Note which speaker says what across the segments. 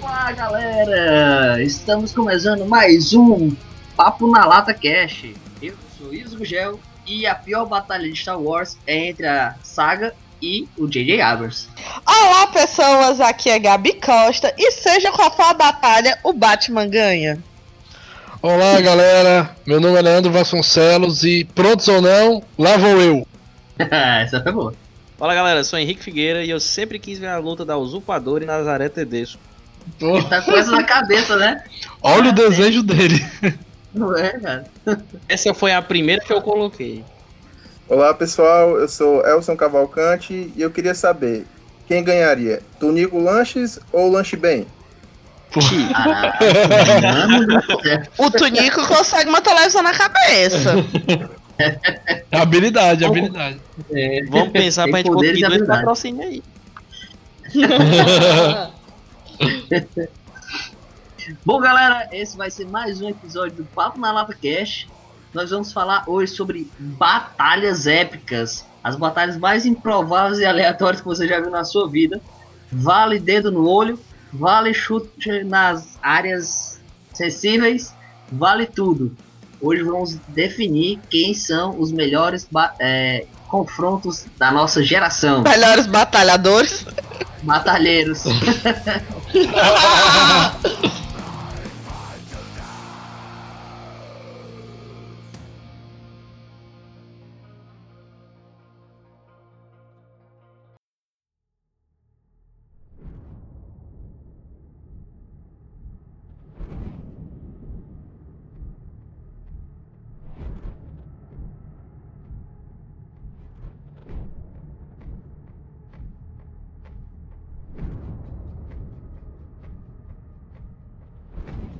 Speaker 1: Olá, galera! Estamos começando mais um Papo na Lata Cash. Eu sou Iso Gel e a pior batalha de Star Wars é entre a saga e o J.J. Abrams.
Speaker 2: Olá, pessoas! Aqui é Gabi Costa e seja qual for a batalha, o Batman ganha.
Speaker 3: Olá, galera. Meu nome é Leandro Vasconcelos e, prontos ou não, lá vou eu.
Speaker 1: Essa foi boa.
Speaker 4: Fala galera, eu sou Henrique Figueira e eu sempre quis ver a luta da Usurpadora e Nazaré Tedesco.
Speaker 3: Pô,
Speaker 1: Tá com essa na cabeça, né?
Speaker 3: olha o desejo dele.
Speaker 1: Não é, cara?
Speaker 4: Essa foi a primeira que eu coloquei.
Speaker 5: Olá pessoal, eu sou Elson Cavalcante e eu queria saber quem ganharia, Tunico Lanches ou Lanche Bem?
Speaker 1: Caraca, mano do céu.
Speaker 2: O Tunico consegue uma televisão na cabeça.
Speaker 3: Habilidade, habilidade.
Speaker 4: Vamos pensar pra
Speaker 1: É. Tem
Speaker 4: gente
Speaker 1: poderes e
Speaker 4: conseguir dois
Speaker 1: habilidades.
Speaker 4: patrocínios aí.
Speaker 1: Bom, galera, esse vai ser mais um episódio do Papo na Lata Cash. Nós vamos falar hoje sobre batalhas épicas, as batalhas mais improváveis e aleatórias que você já viu na sua vida. Vale dedo no olho, vale chute nas áreas sensíveis, vale tudo. Hoje vamos definir quem são os melhores ba- eh, confrontos da nossa geração,
Speaker 2: Melhores batalhadores.
Speaker 1: batalheiros.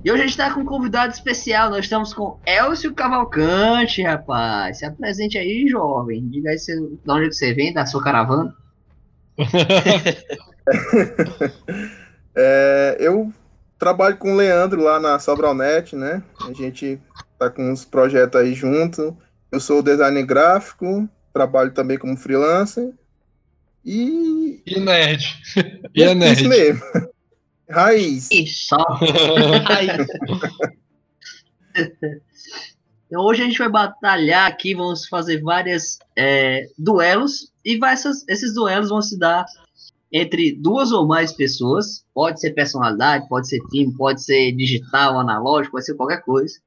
Speaker 1: E hoje a gente tá com um convidado especial, nós estamos com Elcio Cavalcante, rapaz. Se apresente aí, jovem. Diga aí se, de onde é que você vem, da sua caravana.
Speaker 5: É, eu trabalho com o Leandro lá na Sobralnet, né? A gente tá com uns projetos aí junto. Eu sou designer gráfico, trabalho também como freelancer e
Speaker 3: E nerd. E é
Speaker 5: isso
Speaker 3: nerd.
Speaker 5: mesmo. Raiz.
Speaker 1: E só. Aí. Então, hoje a gente vai batalhar aqui, vamos fazer várias é, duelos e vai essas- esses duelos vão se dar entre duas ou mais pessoas. Pode ser personalidade, pode ser time, pode ser digital, analógico, pode ser qualquer coisa.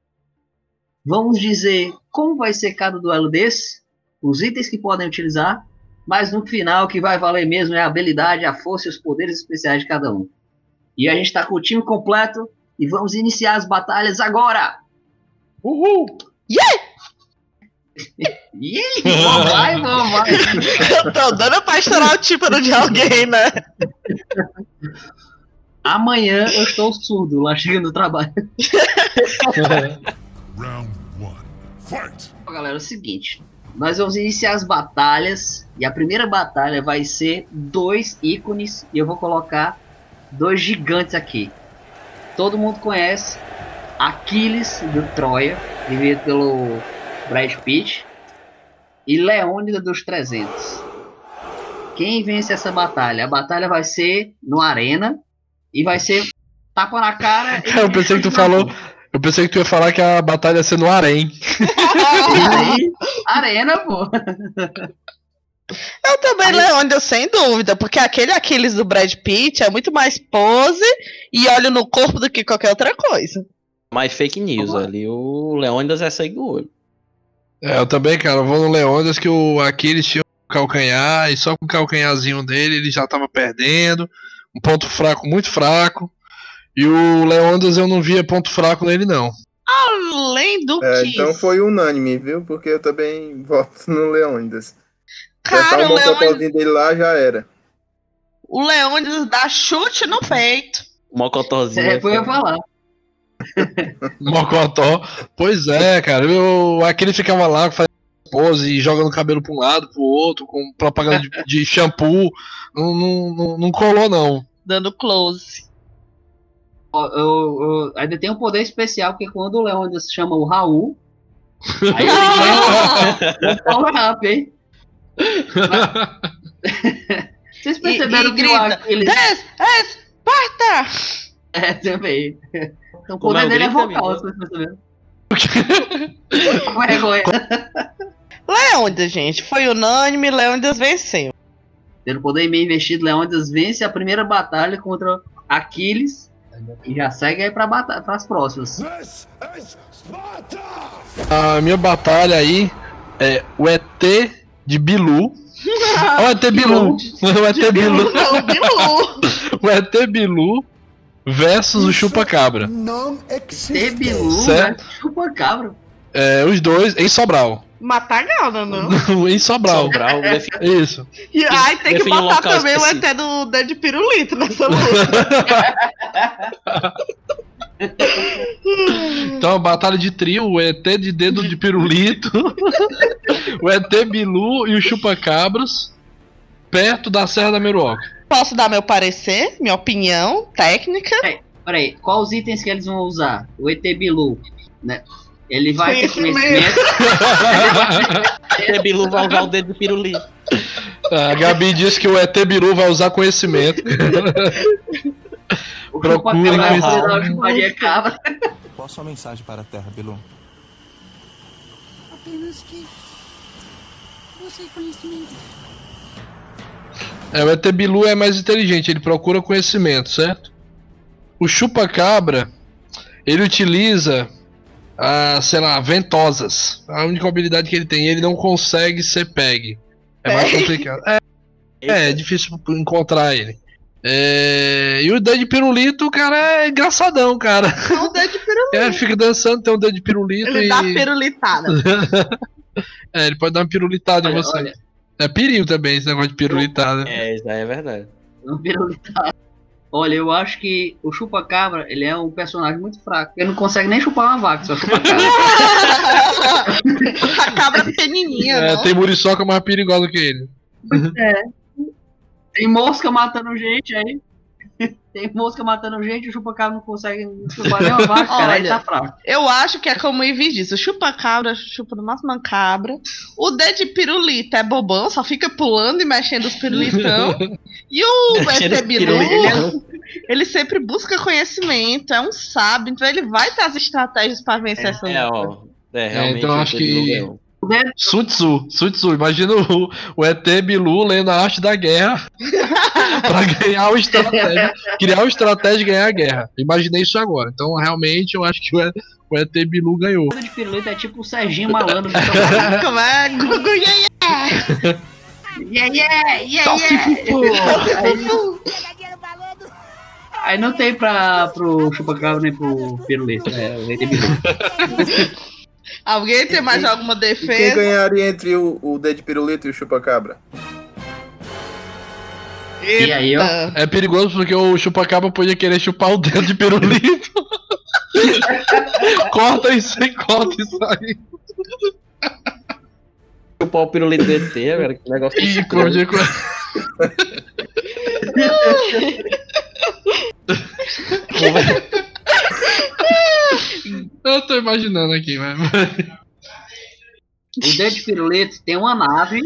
Speaker 1: Vamos dizer como vai ser cada duelo desse, os itens que podem utilizar, mas no final o que vai valer mesmo é a habilidade, a força e os poderes especiais de cada um. E a gente está com o time completo e vamos iniciar as batalhas agora!
Speaker 3: Uhul.
Speaker 1: Ih, vamos lá, vamos lá.
Speaker 2: Eu tô dando pra estourar o tímpano de alguém, né?
Speaker 1: Amanhã eu estou surdo lá chegando do trabalho.
Speaker 6: Round one. Fight!
Speaker 1: Galera, é o seguinte: nós vamos iniciar as batalhas e a primeira batalha vai ser dois ícones e eu vou colocar dois gigantes aqui. Todo mundo conhece Aquiles do Troia, vivido pelo Brad Pitt, e Leônida dos 300. Quem vence essa batalha? A batalha vai ser no arena e vai ser tapa na cara. e
Speaker 3: Eu pensei que tu
Speaker 1: chute na
Speaker 3: falou. Eu pensei que tu ia falar que a batalha ia ser no harém.
Speaker 1: Aí, arena, pô.
Speaker 2: Eu também, Leônidas, sem dúvida, porque aquele Aquiles do Brad Pitt é muito mais pose e olho no corpo do que qualquer outra coisa.
Speaker 4: Mas fake news
Speaker 1: Vamos lá.
Speaker 4: ali, o Leônidas é sangue do olho.
Speaker 3: É, eu também, cara. Eu vou no Leônidas que o Aquiles tinha um calcanhar e só com o calcanharzinho dele ele já tava perdendo. Um ponto fraco muito fraco. E o Leônidas eu não via ponto fraco nele, não.
Speaker 2: Além do
Speaker 5: É,
Speaker 2: que.
Speaker 5: então foi unânime, viu? Porque eu também voto no Leônidas.
Speaker 2: cara,
Speaker 5: Botar
Speaker 2: o
Speaker 5: o
Speaker 2: Leônidas,
Speaker 5: motopozinho dele lá já era.
Speaker 2: o Leônidas dá chute no peito.
Speaker 4: O Mocotózinho.
Speaker 1: É, foi eu falar.
Speaker 3: Mocotó. Pois é, cara. Eu, aquele ficava lá fazendo pose e jogando o cabelo pra um lado, pro outro, com propaganda de, de shampoo. Não, não, não, não colou, não.
Speaker 2: Dando close.
Speaker 1: Ó, Eu, eu ainda tem um poder especial que quando o Leônidas chama o Raul, aí ele ganha o power-up, hein? Vocês perceberam
Speaker 2: e
Speaker 1: que
Speaker 2: grita,
Speaker 1: o Aquiles.
Speaker 2: Des, Esparta!
Speaker 1: É, também. Então, o
Speaker 4: Como é
Speaker 1: poder
Speaker 4: o
Speaker 1: dele é
Speaker 4: grito,
Speaker 1: vocal,
Speaker 4: amigo?
Speaker 1: se você perceber. Com vergonha.
Speaker 2: Leônidas, gente, foi unânime, Leônidas venceu.
Speaker 1: Pelo poder meio investido, Leônidas vence a primeira batalha contra Aquiles. E já segue aí pra bata- pras próximas.
Speaker 6: This is Sparta!
Speaker 3: A minha batalha aí é o ET de Bilu. Ah, o ET Bilu. O ET Bilu.
Speaker 2: Não, Bilu.
Speaker 3: O ET Bilu versus o Chupa-Cabra.
Speaker 1: Tebilu,
Speaker 3: Certo.
Speaker 1: né? Chupa cabra.
Speaker 3: É, os dois em Sobral.
Speaker 2: Matagal, não, não.
Speaker 3: em Sobral.
Speaker 4: Sobral, defi-
Speaker 3: Isso.
Speaker 2: E aí tem que
Speaker 4: Define um
Speaker 2: botar
Speaker 4: local
Speaker 2: também o
Speaker 4: específico.
Speaker 2: ET do Dedo de Pirulito nessa luta.
Speaker 3: Então, batalha de trio, o ET de dedo de pirulito, o ET Bilu e o Chupa-Cabras, perto da Serra da Meruoca.
Speaker 2: Posso dar meu parecer, minha opinião técnica?
Speaker 1: Peraí, quais os itens que eles vão usar? O ET Bilu, né? Ele vai ter
Speaker 2: Conhecimento.
Speaker 1: conhecimento.
Speaker 4: Até Bilu vai usar o dedo de pirulito.
Speaker 3: A Gabi disse que o ET Bilu vai usar conhecimento.
Speaker 1: O
Speaker 3: Procura
Speaker 1: chupa-cabra vai
Speaker 3: conhecimento.
Speaker 1: precisar de chupadinha cabra.
Speaker 7: Qual a sua mensagem para a Terra, Bilu?
Speaker 8: Apenas que você conhecimento.
Speaker 3: É, o ET Bilu é mais inteligente, ele procura conhecimento, certo? O chupa-cabra, ele utiliza, ah, sei lá, ventosas. A única habilidade que ele tem, ele não consegue ser pegue. É mais complicado. É, é, é difícil encontrar ele. É, e o dedo de pirulito, o cara é engraçadão, cara.
Speaker 2: Não, o dedo de pirulito.
Speaker 3: É, ele fica dançando, tem um dedo de pirulito
Speaker 2: Ele
Speaker 3: e.
Speaker 2: dá pirulitada.
Speaker 3: É, ele pode dar uma pirulitada em
Speaker 1: Olha,
Speaker 3: você.
Speaker 1: olha,
Speaker 3: É perigo também esse negócio de pirulitada.
Speaker 4: É, isso daí é verdade.
Speaker 1: não pirulitado. Olha, eu acho que o chupa-cabra, ele é um personagem muito fraco. Ele não consegue nem chupar uma vaca, só chupa cabra.
Speaker 2: Essa cabra pequenininha,
Speaker 3: É,
Speaker 2: não?
Speaker 3: tem muriçoca mais perigosa que ele.
Speaker 1: Tem mosca matando gente aí. Tem mosca matando gente, o chupacabra não consegue chupar nenhuma vaca, cara. Aí
Speaker 2: Olha.
Speaker 1: tá fraco.
Speaker 2: Eu acho que é como o Ivi disse, chupa cabra, chupa no máximo uma cabra. O dedo de pirulito é bobão, só fica pulando e mexendo os pirulitão. E o
Speaker 4: Mexendo
Speaker 2: ET
Speaker 4: os
Speaker 2: Bilu,
Speaker 1: é um
Speaker 4: pirulitos.
Speaker 2: ele, ele sempre busca conhecimento, é um sábio, então ele vai ter as estratégias pra vencer essa
Speaker 1: né?
Speaker 4: É,
Speaker 2: luta.
Speaker 4: ó. É, realmente.
Speaker 3: então
Speaker 4: o
Speaker 3: acho
Speaker 4: dedo de
Speaker 3: que-
Speaker 4: Bilu é um.
Speaker 3: Sun Tzu, Sun Tzu, imagina o, o ET Bilu lendo a arte da guerra pra ganhar o estratégia, criar o estratégia e ganhar a guerra. Imaginei isso agora. Então, realmente, eu acho que o, E- o ET Bilu ganhou.
Speaker 1: O de pirulito é tipo o Serginho Malandro. de São Paulo.
Speaker 2: Como é? Gugu, yeah,
Speaker 1: yeah, yeah, yeah, yeah. Aí,
Speaker 8: Pegadinha no balão
Speaker 1: aí não tem pra, pro chupacabra nem pro pirulito. É, o ET Bilu.
Speaker 2: Alguém tem mais alguma
Speaker 5: E quem
Speaker 2: defesa?
Speaker 5: ganharia entre o, o dedo de pirulito e o chupa-cabra?
Speaker 1: E aí, ó.
Speaker 2: Eita.
Speaker 3: É perigoso porque o chupacaba podia querer chupar o dedo de pirulito. corta isso aí, corta isso aí.
Speaker 4: Chupar o pirulito do ET, cara. Que negócio
Speaker 3: Ih,
Speaker 4: estranho.
Speaker 3: podia co- Eu tô imaginando aqui, mas.
Speaker 1: O dedo de pirulito tem uma nave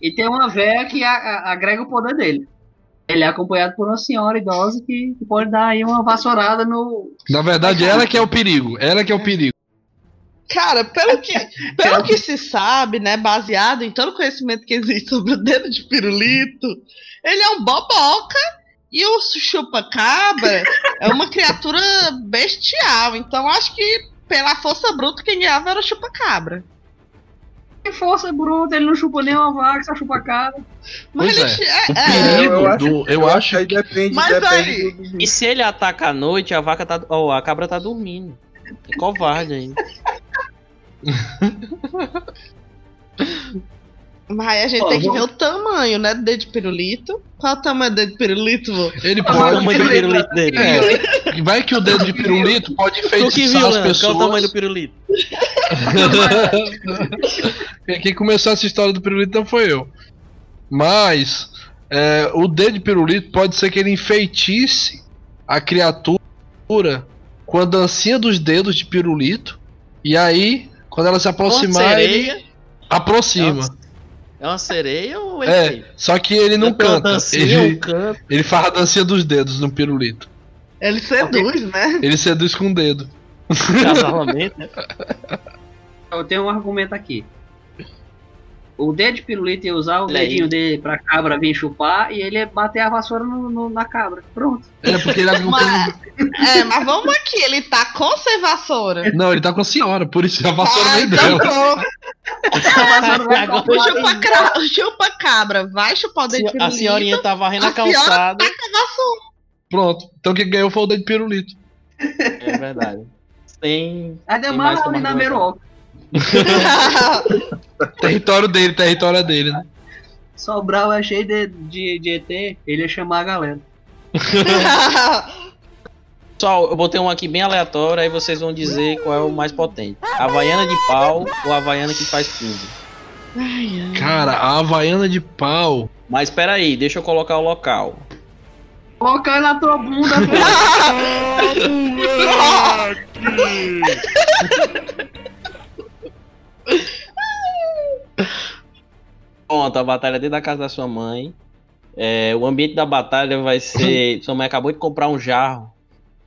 Speaker 1: e tem uma véia que a- a- agrega o poder dele. Ele é acompanhado por uma senhora idosa que, que pode dar aí uma vassourada no.
Speaker 3: Na verdade, ela que é o perigo. Ela que é o perigo.
Speaker 2: Cara, pelo que, pelo que se sabe, né, baseado em todo o conhecimento que existe sobre o dedo de pirulito, ele é um boboca e o chupa-cabra é uma criatura bestial. Então acho que pela força bruta quem ganhava era o chupa-cabra.
Speaker 1: Que força bruta, ele não chupa nem uma vaca, só chupa cara.
Speaker 2: Mas
Speaker 3: Pois
Speaker 2: ele é,
Speaker 3: O
Speaker 2: é,
Speaker 3: perigo
Speaker 5: eu acho-
Speaker 3: do. Eu acho
Speaker 4: tá
Speaker 5: Aí depende,
Speaker 2: Mas
Speaker 5: depende
Speaker 2: aí-
Speaker 5: do-
Speaker 4: E se ele ataca à noite, a vaca tá. Ó, a cabra tá dormindo. É covarde ainda.
Speaker 2: mas a gente
Speaker 1: Ó,
Speaker 2: tem que
Speaker 1: vamos-
Speaker 2: ver o tamanho, né, do dedo de pirulito. Qual é o tamanho do dedo de pirulito, vô?
Speaker 3: Ele
Speaker 4: Qual é o
Speaker 3: pode.
Speaker 4: tamanho do pirulito dele?
Speaker 3: É, vai que o dedo de pirulito pode
Speaker 4: Tu que
Speaker 3: enfeitiçar
Speaker 4: viu,
Speaker 3: as
Speaker 4: Lan? Qual é o tamanho
Speaker 3: pessoas.
Speaker 4: do pirulito?
Speaker 3: Quem começou essa história do pirulito não foi eu. Mas é, o dedo de pirulito pode ser que ele enfeitice a criatura com a dancinha dos dedos de pirulito. E aí, quando ela se
Speaker 4: É Uma
Speaker 3: aproximar, ele
Speaker 4: sereia?
Speaker 3: aproxima.
Speaker 4: É uma sereia ou
Speaker 3: É, só que ele não
Speaker 4: Tem uma
Speaker 3: canta.
Speaker 4: dancinha, um
Speaker 3: Ele,
Speaker 4: canto.
Speaker 3: ele faz a dancinha dos dedos no pirulito.
Speaker 2: Ele seduz, né?
Speaker 3: Ele seduz com o dedo.
Speaker 4: Casalamento.
Speaker 1: Eu tenho um argumento aqui. O dedo de pirulito ia usar o
Speaker 4: Olha aí.
Speaker 1: dedinho dele pra cabra vir chupar e ele ia bater a vassoura no- no- na cabra. Pronto.
Speaker 3: É porque ele não
Speaker 2: Mas,
Speaker 3: tem.
Speaker 2: é, mas vamos aqui, ele tá com vassoura.
Speaker 3: Não, ele tá com a senhora, por isso já passou
Speaker 2: Ah,
Speaker 3: nem
Speaker 2: então
Speaker 3: dela.
Speaker 2: pronto.
Speaker 1: A vassoura vai
Speaker 4: Agora
Speaker 2: O
Speaker 1: chupar
Speaker 2: chupa, cra- o chupa cabra vai chupar o dedo de
Speaker 4: A
Speaker 2: pirulito,
Speaker 4: senhorinha tá varrendo a
Speaker 2: A senhora
Speaker 4: calçada.
Speaker 2: taca vassoura.
Speaker 3: Pronto. Então quem ganhou foi o dedo de pirulito.
Speaker 4: É verdade. Sem.
Speaker 1: Aí
Speaker 4: Tem mais
Speaker 1: demora ali
Speaker 4: como
Speaker 1: na
Speaker 4: argumentar.
Speaker 1: Meroca.
Speaker 3: Território dele, território é dele, né?
Speaker 1: Sobral é cheio de, de, de ET, ele ia chamar a galera.
Speaker 4: Pessoal, eu botei um aqui bem aleatório, aí vocês vão dizer qual é o mais potente. Havaiana de pau ou Havaiana que faz pingue?
Speaker 2: Ai, ai.
Speaker 3: Cara, a Havaiana de pau.
Speaker 4: Mas peraí, deixa eu colocar o local.
Speaker 1: Coloca ele na tua bunda,
Speaker 4: Pronto, a batalha é dentro da casa da sua mãe. É, o ambiente da batalha vai ser. sua mãe acabou de comprar um jarro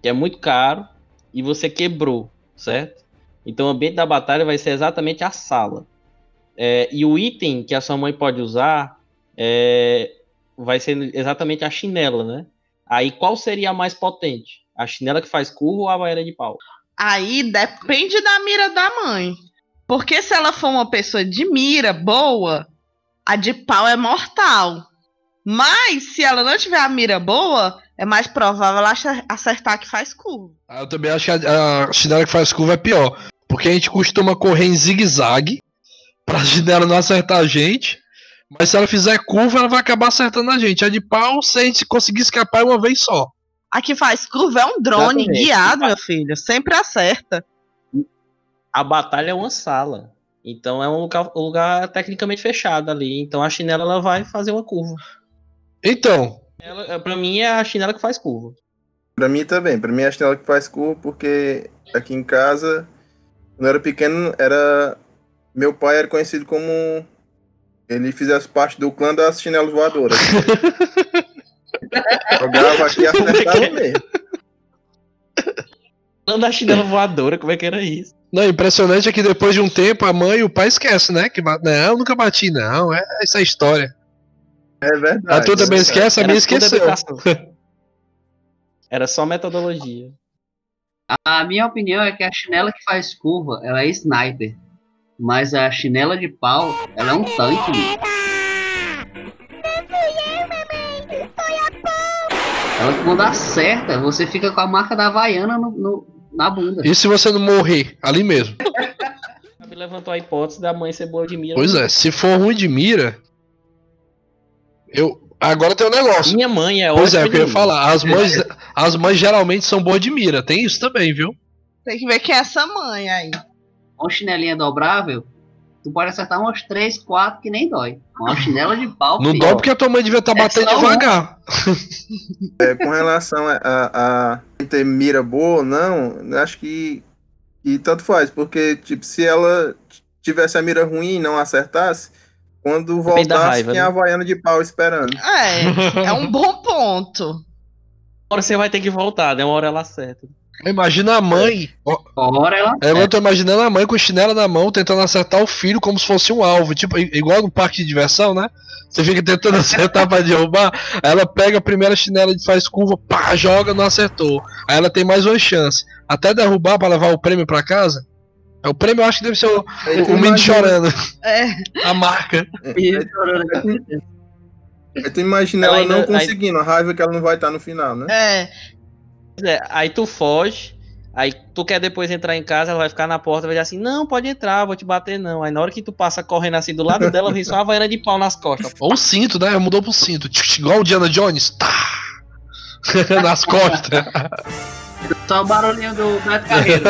Speaker 4: que é muito caro e você quebrou, certo? Então o ambiente da batalha vai ser exatamente a sala. É, e o item que a sua mãe pode usar é, vai ser exatamente a chinela, né? Aí qual seria a mais potente? A chinela que faz curva ou a baiana de pau?
Speaker 2: Aí depende da mira da mãe. Porque se ela for uma pessoa de mira boa, a de pau é mortal. Mas se ela não tiver a mira boa, é mais provável ela acha- acertar que faz curva.
Speaker 3: Ah, Eu também acho que a, a chinela que faz curva é pior. Porque a gente costuma correr em zigue-zague pra chinela não acertar a gente. Mas se ela fizer curva, ela vai acabar acertando a gente. A de pau, se a gente conseguir escapar uma vez só.
Speaker 2: A que faz curva é um drone
Speaker 4: Exatamente.
Speaker 2: guiado, meu filho. Sempre acerta.
Speaker 4: a batalha é uma sala. Então é um lugar, um lugar tecnicamente fechado ali. Então a chinela ela vai fazer uma curva.
Speaker 3: Então,
Speaker 4: Ela, pra mim é a chinela que faz curva.
Speaker 5: Pra mim também. Pra mim é a chinela que faz curva, porque aqui em casa, quando eu era pequeno, era. Meu pai era conhecido como. Ele fizesse parte do clã das chinelas voadoras. Jogava aqui e acertava mesmo.
Speaker 4: Falando da chinela voadora, como é que era isso?
Speaker 3: Não, impressionante é que depois de um tempo a mãe e o pai esquecem, né? Que ba- não, eu nunca bati, não. É essa é a história.
Speaker 5: É verdade.
Speaker 3: A tu também esquece, a minha
Speaker 4: tudo
Speaker 3: esqueceu.
Speaker 4: educação. Era só metodologia.
Speaker 1: A minha opinião é que a chinela que faz curva, ela é sniper. Mas a chinela de pau, ela é um tanque. bicho. Ela quando acerta, você fica com a marca da Havaiana no, no- na bunda.
Speaker 3: E se você não morrer ali mesmo?
Speaker 4: Me levantou a hipótese da mãe ser boa de mira.
Speaker 3: Pois é, se for ruim de mira, eu agora tem um negócio.
Speaker 4: Minha mãe é
Speaker 3: Pois é,
Speaker 4: ótima
Speaker 3: eu queria
Speaker 4: de
Speaker 3: falar, as mães, as mães geralmente são boas de mira, tem isso também, viu?
Speaker 2: Tem que ver quem é essa mãe aí.
Speaker 1: Uma chinelinha dobrável, tu pode acertar umas 3, 4 que nem dói. Uma chinela de pau.
Speaker 3: Não
Speaker 1: filho,
Speaker 3: dó porque a tua mãe devia estar
Speaker 1: É
Speaker 3: batendo
Speaker 1: só um.
Speaker 3: devagar.
Speaker 5: É, com relação a, a, a ter mira boa ou não, acho que, que tanto faz, porque tipo, se ela t- tivesse a mira ruim e não acertasse, quando
Speaker 4: Depende da
Speaker 5: voltasse,
Speaker 4: raiva,
Speaker 5: tinha
Speaker 4: né?
Speaker 5: a Havaiana de pau esperando.
Speaker 2: É, é um bom ponto.
Speaker 4: Uma hora você vai ter que voltar, né? Uma hora ela acerta.
Speaker 3: Imagina a mãe, ó,
Speaker 1: Fora ela.
Speaker 3: eu tô imaginando a mãe com chinela na mão tentando acertar o filho como se fosse um alvo, tipo, i- igual no parque de diversão, né? Você fica tentando acertar pra derrubar, aí ela pega a primeira chinela e faz curva, pá, joga, não acertou. Aí ela tem mais uma chance, até derrubar pra levar o prêmio pra casa. É, O prêmio eu acho que deve ser o,
Speaker 5: Aí tu
Speaker 3: o menino
Speaker 5: imagina-
Speaker 3: chorando,
Speaker 2: É.
Speaker 3: a marca.
Speaker 5: aí tu imagina
Speaker 4: Ela
Speaker 5: ela, não
Speaker 4: ainda- aí-
Speaker 5: conseguindo, a raiva que ela não vai estar no final, né?
Speaker 2: É,
Speaker 4: Pois é, aí tu foge, aí tu quer depois entrar em casa, ela vai ficar na porta, vai dizer assim, não, pode entrar, vou te bater não. Aí na hora que tu passa correndo assim do lado dela, vem só uma vaiana de pau nas costas.
Speaker 3: Ou o cinto, né? Mudou pro cinto, tch, tch, igual o Diana Jones, tá! Nas costas.
Speaker 1: Só o barulhinho do Beto Carreiro.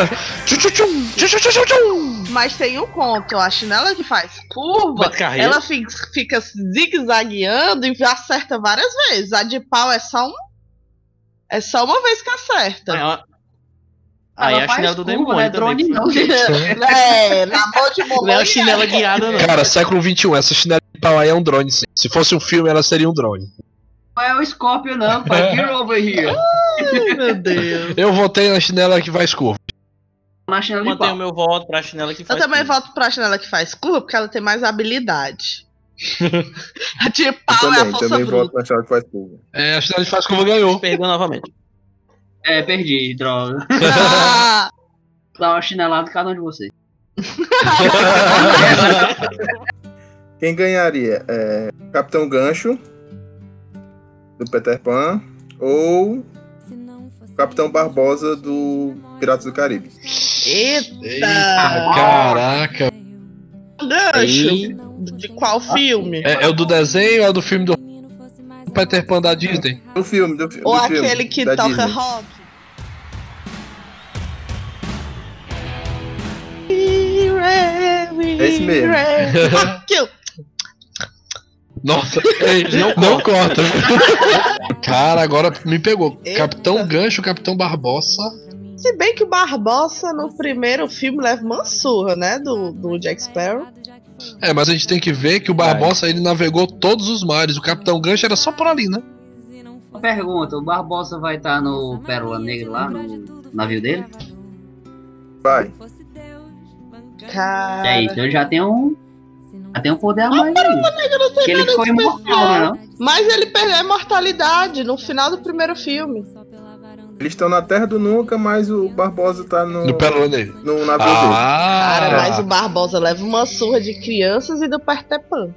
Speaker 3: Tchum, tchum, tchum, tchum, tchum, tchum, tchum.
Speaker 2: mas tem um conto. A chinela que faz curva,
Speaker 4: Beto Carreiro.
Speaker 2: ela fi- fica zigue-zagueando e acerta várias vezes. A de pau é só um. É só uma vez que
Speaker 4: Aí,
Speaker 2: acerta.
Speaker 4: ela- Então, aí
Speaker 1: Ela
Speaker 4: é a
Speaker 1: faz
Speaker 4: chinela do
Speaker 1: curva,
Speaker 4: demônio
Speaker 1: Não é drone,
Speaker 4: também.
Speaker 1: não, gente.
Speaker 2: É, na mão de mamãe.
Speaker 4: Não é a chinela guiada não.
Speaker 3: Cara, século XXI, essa chinela de pau aí é um drone, sim. Se fosse um filme, ela seria um drone.
Speaker 1: Não é o Scorpio, não, pai. Get over here.
Speaker 2: Ai, meu Deus.
Speaker 3: Eu votei na chinela que faz curva.
Speaker 1: Na chinela de
Speaker 4: Mantenho
Speaker 1: pau.
Speaker 4: meu voto pra chinela que
Speaker 2: Eu
Speaker 4: faz
Speaker 2: também
Speaker 4: tudo.
Speaker 2: voto pra chinela que faz curva, porque ela tem mais habilidade. a de
Speaker 3: Ah,
Speaker 5: Eu
Speaker 2: pau é a
Speaker 5: também,
Speaker 2: força
Speaker 5: também
Speaker 2: bruta.
Speaker 5: voto na chave que faz curva.
Speaker 3: É, a chinela que faz curva ganhou.
Speaker 4: Perdeu novamente.
Speaker 1: É, perdi, droga.
Speaker 2: Ah,
Speaker 1: Dá uma chinelada em cada um de vocês.
Speaker 5: Quem ganharia? É, Capitão Gancho, do Peter Pan, ou Capitão Barbosa do Piratas do Caribe?
Speaker 2: Eita!
Speaker 3: Caraca.
Speaker 2: Gancho.
Speaker 4: Ei.
Speaker 2: De qual filme?
Speaker 3: É, é o do desenho, é o do filme do Peter Pan da Disney?
Speaker 5: Do filme, do, fi
Speaker 2: Ou
Speaker 5: É do filme,
Speaker 2: aquele que
Speaker 5: da
Speaker 2: toca
Speaker 5: Disney.
Speaker 2: rock? É
Speaker 5: esse mesmo.
Speaker 3: Nossa, ei, não, corta. Cara, agora me pegou.
Speaker 2: Eita.
Speaker 3: Capitão Gancho, Capitão Barbossa.
Speaker 2: Se bem que o Barbosa no primeiro filme leva uma surra, né? Do, do Jack Sparrow.
Speaker 3: É, mas a gente tem que ver que o Barbossa ele navegou todos os mares. O Capitão Gancho era só por ali, né?
Speaker 1: Uma pergunta, o Barbosa vai estar no Pérola Negra lá, no navio dele?
Speaker 5: Vai.
Speaker 1: E aí,
Speaker 2: Cara.
Speaker 1: então ele já tem um. Já tem um poder a mais aí.
Speaker 2: Eu não sei
Speaker 1: Que ele
Speaker 2: nada
Speaker 1: ficou
Speaker 2: disso.
Speaker 1: imortal, né?
Speaker 2: Mas ele perdeu a imortalidade no final do primeiro filme.
Speaker 5: Eles estão na Terra do Nunca, mas o Barbosa tá no,
Speaker 3: No Pérola Negra.
Speaker 5: no navio dele.
Speaker 3: Ah,
Speaker 2: Cara, mas o Barbosa leva uma surra de crianças e do Peter Pan.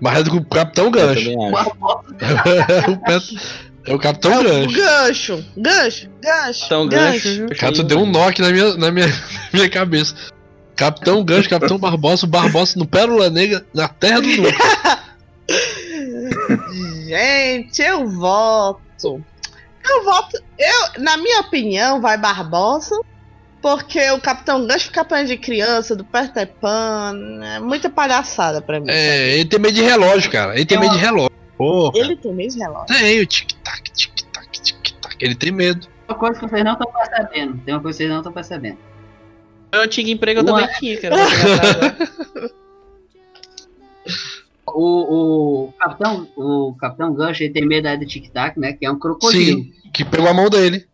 Speaker 3: mas é do Capitão
Speaker 4: Eu
Speaker 3: Gancho.
Speaker 4: também
Speaker 1: não?
Speaker 4: acho.
Speaker 1: Barbosa
Speaker 3: É o, Pet- é o Capitão Gancho.
Speaker 2: Gancho, gancho, gancho.
Speaker 4: Então, gancho.
Speaker 3: Cara, tu deu um knock na minha, na minha, na minha cabeça. Capitão Gancho, Capitão Barbosa, o Barbosa no Pérola Negra, na Terra do Nunca.
Speaker 2: Gente, eu voto. Eu voto. Eu, na minha opinião, vai Barbosa. Porque o Capitão Gancho fica apanhando de criança, do Peter Pan. É muita palhaçada pra mim.
Speaker 3: É, ele tem medo de relógio, cara. Ele tem medo de relógio. Pô, cara.
Speaker 2: Ele tem mesmo relógio.
Speaker 3: tem o tic-tac, tic-tac, tic-tac. Ele tem medo.
Speaker 1: Tem uma coisa que vocês não estão percebendo. Tem uma coisa que vocês não estão percebendo.
Speaker 4: Meu antigo emprego eu
Speaker 1: Uma-
Speaker 4: também tinha, cara. Vou pegar pra-
Speaker 1: O, o capitão, o capitão Gancho, ele tem medo aí do Tic Tac, né? Que é um crocodilo.
Speaker 3: Sim, que pegou a mão dele.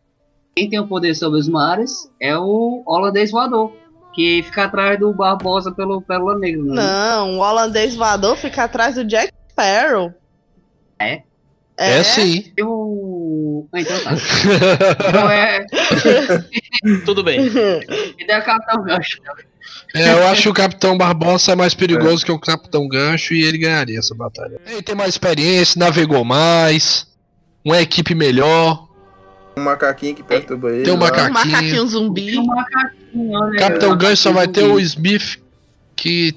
Speaker 1: Quem tem o poder sobre os mares é o holandês voador, que fica atrás do Barbosa pelo Pérola Negra. né?
Speaker 2: Não, o holandês voador fica atrás do Jack Sparrow.
Speaker 1: É?
Speaker 3: É, sim.
Speaker 1: E o. Ah, então tá. Então é.
Speaker 4: Tudo bem.
Speaker 1: Ele é o capitão Gancho.
Speaker 3: É, eu acho que o Capitão Barbosa é mais perigoso que o Capitão Gancho e ele ganharia essa batalha. Ele tem mais experiência, navegou mais, uma equipe melhor.
Speaker 5: Um macaquinho que perturba ele.
Speaker 3: Tem um
Speaker 5: lá.
Speaker 2: Um
Speaker 3: macaquinho.
Speaker 2: macaquinho zumbi.
Speaker 1: E o macaquinho, olha,
Speaker 3: Capitão
Speaker 1: o
Speaker 3: Gancho só vai ter o
Speaker 1: macaquinho.
Speaker 3: Smith, que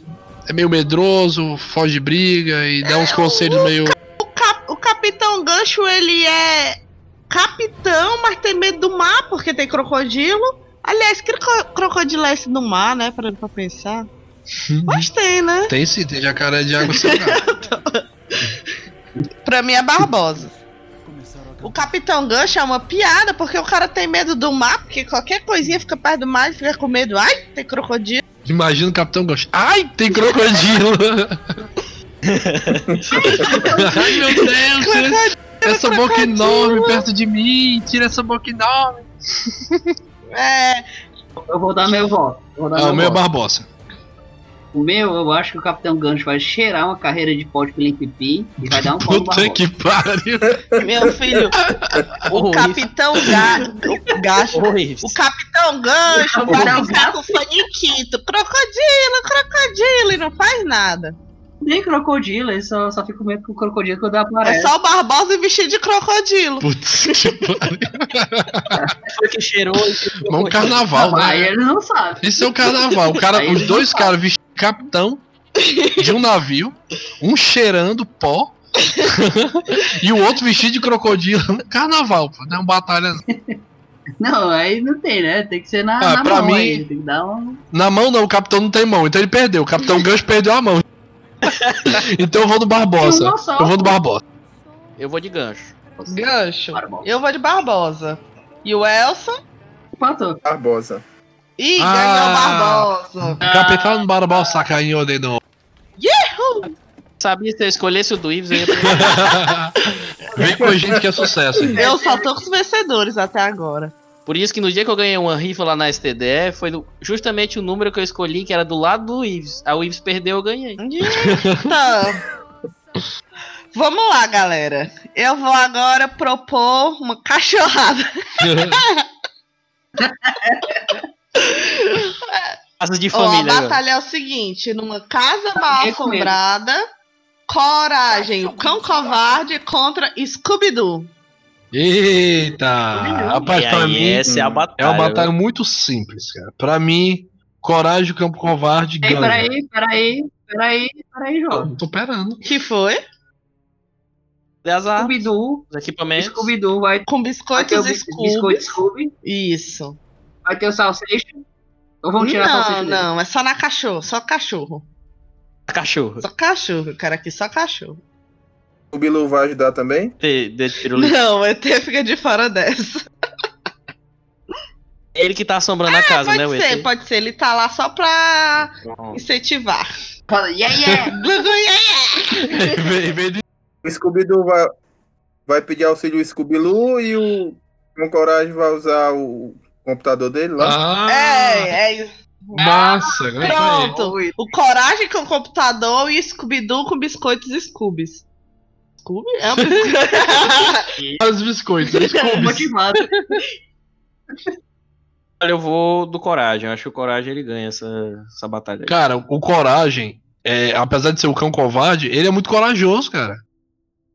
Speaker 3: é meio medroso, foge de briga e dá uns conselhos meio.
Speaker 2: O, cap- o Capitão Gancho, ele é capitão, mas tem medo do mar, porque tem crocodilo. Aliás, que cro- crocodilo é esse do mar, né? Pra, pra pensar. Mas tem, né?
Speaker 3: Tem sim, tem jacaré de água salgada.
Speaker 2: Pra mim é Barbosa. O Capitão Gancho é uma piada, porque o cara tem medo do mar, porque qualquer coisinha fica perto do mar e fica com medo. Ai, tem crocodilo.
Speaker 3: Imagina o Capitão Gancho. Ai, tem crocodilo! Ai meu Deus! tira Essa boca enorme perto de mim, tira essa boca enorme.
Speaker 2: É,
Speaker 1: Eu vou dar meu voto. eu Vou dar
Speaker 3: Ah, o
Speaker 1: meu
Speaker 3: meu é
Speaker 1: voto.
Speaker 3: Barbosa.
Speaker 1: O meu, eu acho que o Capitão Gancho vai cheirar uma carreira de pódio pelo Pipi e vai dar um pau no
Speaker 3: Puta
Speaker 1: Barbosa.
Speaker 3: que pariu!
Speaker 2: meu filho, o
Speaker 4: Oi.
Speaker 2: Capitão Gancho. O Gancho.
Speaker 4: Oi.
Speaker 2: O Capitão Gancho vai
Speaker 1: Capitão
Speaker 2: ficar com faniquito. Crocodilo, crocodilo, e não faz nada.
Speaker 1: Nem crocodilo, ele só, só fica com medo com o crocodilo quando aparece.
Speaker 2: É só o Barbosa vestido de crocodilo.
Speaker 3: Putz, que pariu.
Speaker 4: Foi que cheirou.
Speaker 3: Mas é um carnaval,
Speaker 1: Aí
Speaker 3: né?
Speaker 1: ele não sabe.
Speaker 3: Isso é um carnaval. O cara,
Speaker 1: Aí
Speaker 3: os
Speaker 1: não
Speaker 3: dois
Speaker 1: fala.
Speaker 3: caras vestidos de capitão de um navio, um cheirando pó e o outro vestido de crocodilo. É um Carnaval, pô, não é uma batalha. não.
Speaker 1: Não, aí não tem, né? Tem que ser na,
Speaker 3: Ah,
Speaker 1: na
Speaker 3: pra
Speaker 1: mão
Speaker 3: mim-
Speaker 1: aí, Tem que dar um.
Speaker 3: Na mão não, o capitão não tem mão, então ele perdeu. O capitão Gancho perdeu a mão. Então eu vou no Barbosa.
Speaker 1: Tem uma só,
Speaker 3: Eu vou no Barbosa.
Speaker 4: Eu vou de gancho.
Speaker 2: Gancho.
Speaker 1: Barbosa.
Speaker 2: Eu vou de Barbosa. E o Elson?
Speaker 1: Empatou.
Speaker 5: Barbosa.
Speaker 2: Ih,
Speaker 3: Ah.
Speaker 2: ganhou
Speaker 1: Ah.
Speaker 2: o Barbosa.
Speaker 3: Capitão Barbosa caiu de novo.
Speaker 4: Sabia se eu escolhesse o do Ives, eu ia pegar.
Speaker 3: Vem com a gente que é sucesso. hein?
Speaker 2: Eu só tô com os vencedores até agora.
Speaker 4: Por isso que no dia que eu ganhei uma rifa lá na STDE, foi do- justamente o número que eu escolhi, que era do lado do Ives. Aí o Ives perdeu, eu ganhei.
Speaker 2: Então, vamos lá, galera. Eu vou agora propor uma cachorrada.
Speaker 4: Casas de
Speaker 2: Ó, a
Speaker 4: família. né? agora.
Speaker 2: batalha é o seguinte: numa casa mal
Speaker 1: Ninguém com medo.
Speaker 2: assombrada, coragem, o cão covarde contra Scooby-Doo.
Speaker 3: Eita! Rapaz,
Speaker 4: E
Speaker 3: pra
Speaker 4: aí,
Speaker 3: mim.
Speaker 4: essa é a
Speaker 3: É
Speaker 4: batalha.
Speaker 3: uma batalha muito simples, cara. Pra mim, Coragem, Campo Covarde
Speaker 1: Ei,
Speaker 3: ganha.
Speaker 1: peraí, peraí, peraí, peraí,
Speaker 3: Eu
Speaker 1: João.
Speaker 3: não tô esperando.
Speaker 2: Que foi?
Speaker 4: Aliás,
Speaker 2: Tá.
Speaker 4: a-
Speaker 1: Scooby-Doo,
Speaker 4: os equipamentos.
Speaker 1: Scooby-Doo vai
Speaker 2: Com
Speaker 1: vai ter o
Speaker 2: biscoitos
Speaker 1: bis-
Speaker 2: É Scooby.
Speaker 1: biscoito Scooby,
Speaker 2: Isso.
Speaker 1: vai ter o salsicha. Ou vamos tirar a
Speaker 2: Não,
Speaker 1: salsicha dele?
Speaker 2: não, é só na cachorro, só cachorro.
Speaker 4: Cachorro.
Speaker 2: Só cachorro, cara, aqui só cachorro.
Speaker 5: O Bilu vai ajudar também?
Speaker 4: De, de pirulito.
Speaker 2: Não, o ET fica de fora dessa.
Speaker 4: Ele que tá assombrando a casa, né, o
Speaker 2: Ah, Pode
Speaker 4: ET?
Speaker 2: ser, pode ser. Ele tá lá só pra
Speaker 4: Pronto.
Speaker 2: incentivar.
Speaker 1: Fala, yeah, yeah. Ah.
Speaker 3: Em vez de
Speaker 5: O Scooby-Doo vai, vai pedir auxílio ao Scooby-Loo e o Com Coragem vai usar o computador dele lá.
Speaker 3: Ah,
Speaker 2: É, é.
Speaker 3: Massa, agora tá aí.
Speaker 2: Pronto. O Coragem com o computador e Scooby-Doo com biscoitos Scoobies. Scooby? É um biscoito.
Speaker 3: Olha os biscoitos. os cubos.
Speaker 1: Motivado.
Speaker 4: Olha, eu vou do Coragem. Eu acho que o Coragem ele ganha essa, essa batalha. aí.
Speaker 3: cara, o Coragem, é, apesar de ser o cão covarde, ele é muito corajoso, cara.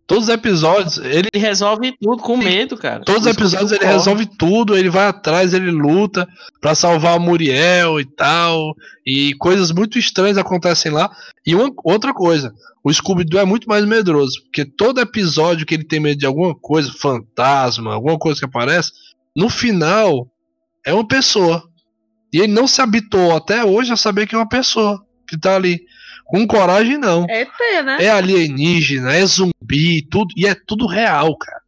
Speaker 3: Todos os episódios, ele,
Speaker 4: Ele resolve tudo com medo, cara.
Speaker 3: todos os
Speaker 4: Isso é que
Speaker 3: episódios
Speaker 4: eu
Speaker 3: ele
Speaker 4: concordo.
Speaker 3: resolve tudo, ele vai atrás, ele luta pra salvar a Muriel e tal, e coisas muito estranhas acontecem lá. E uma, outra coisa, o Scooby-Doo é muito mais medroso, porque todo episódio que ele tem medo de alguma coisa, fantasma, alguma coisa que aparece, no final é uma pessoa. E ele não se habituou até hoje a saber que é uma pessoa que tá ali. Com coragem, não.
Speaker 2: É ET, né?
Speaker 3: É alienígena, é zumbi, tudo, e é tudo real, cara.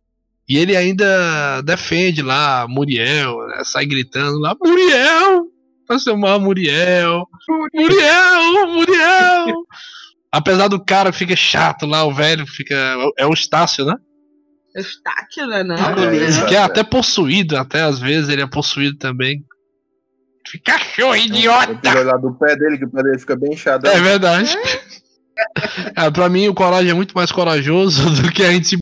Speaker 3: E ele ainda defende lá a Muriel, né, sai gritando lá, Muriel! Pra chamar a Muriel! Muriel! Muriel! Apesar do cara fica chato lá, o velho fica. É o Estácio, né?
Speaker 2: Eustáquio, né? Não.
Speaker 5: Ah, beleza.
Speaker 3: Que é até possuído, até às vezes ele é possuído também. Fica show, idiota!
Speaker 5: O episódio lá do pé dele, que o pé dele fica bem inchadão.
Speaker 3: É verdade. É, pra mim, o Coragem é muito mais corajoso do que a gente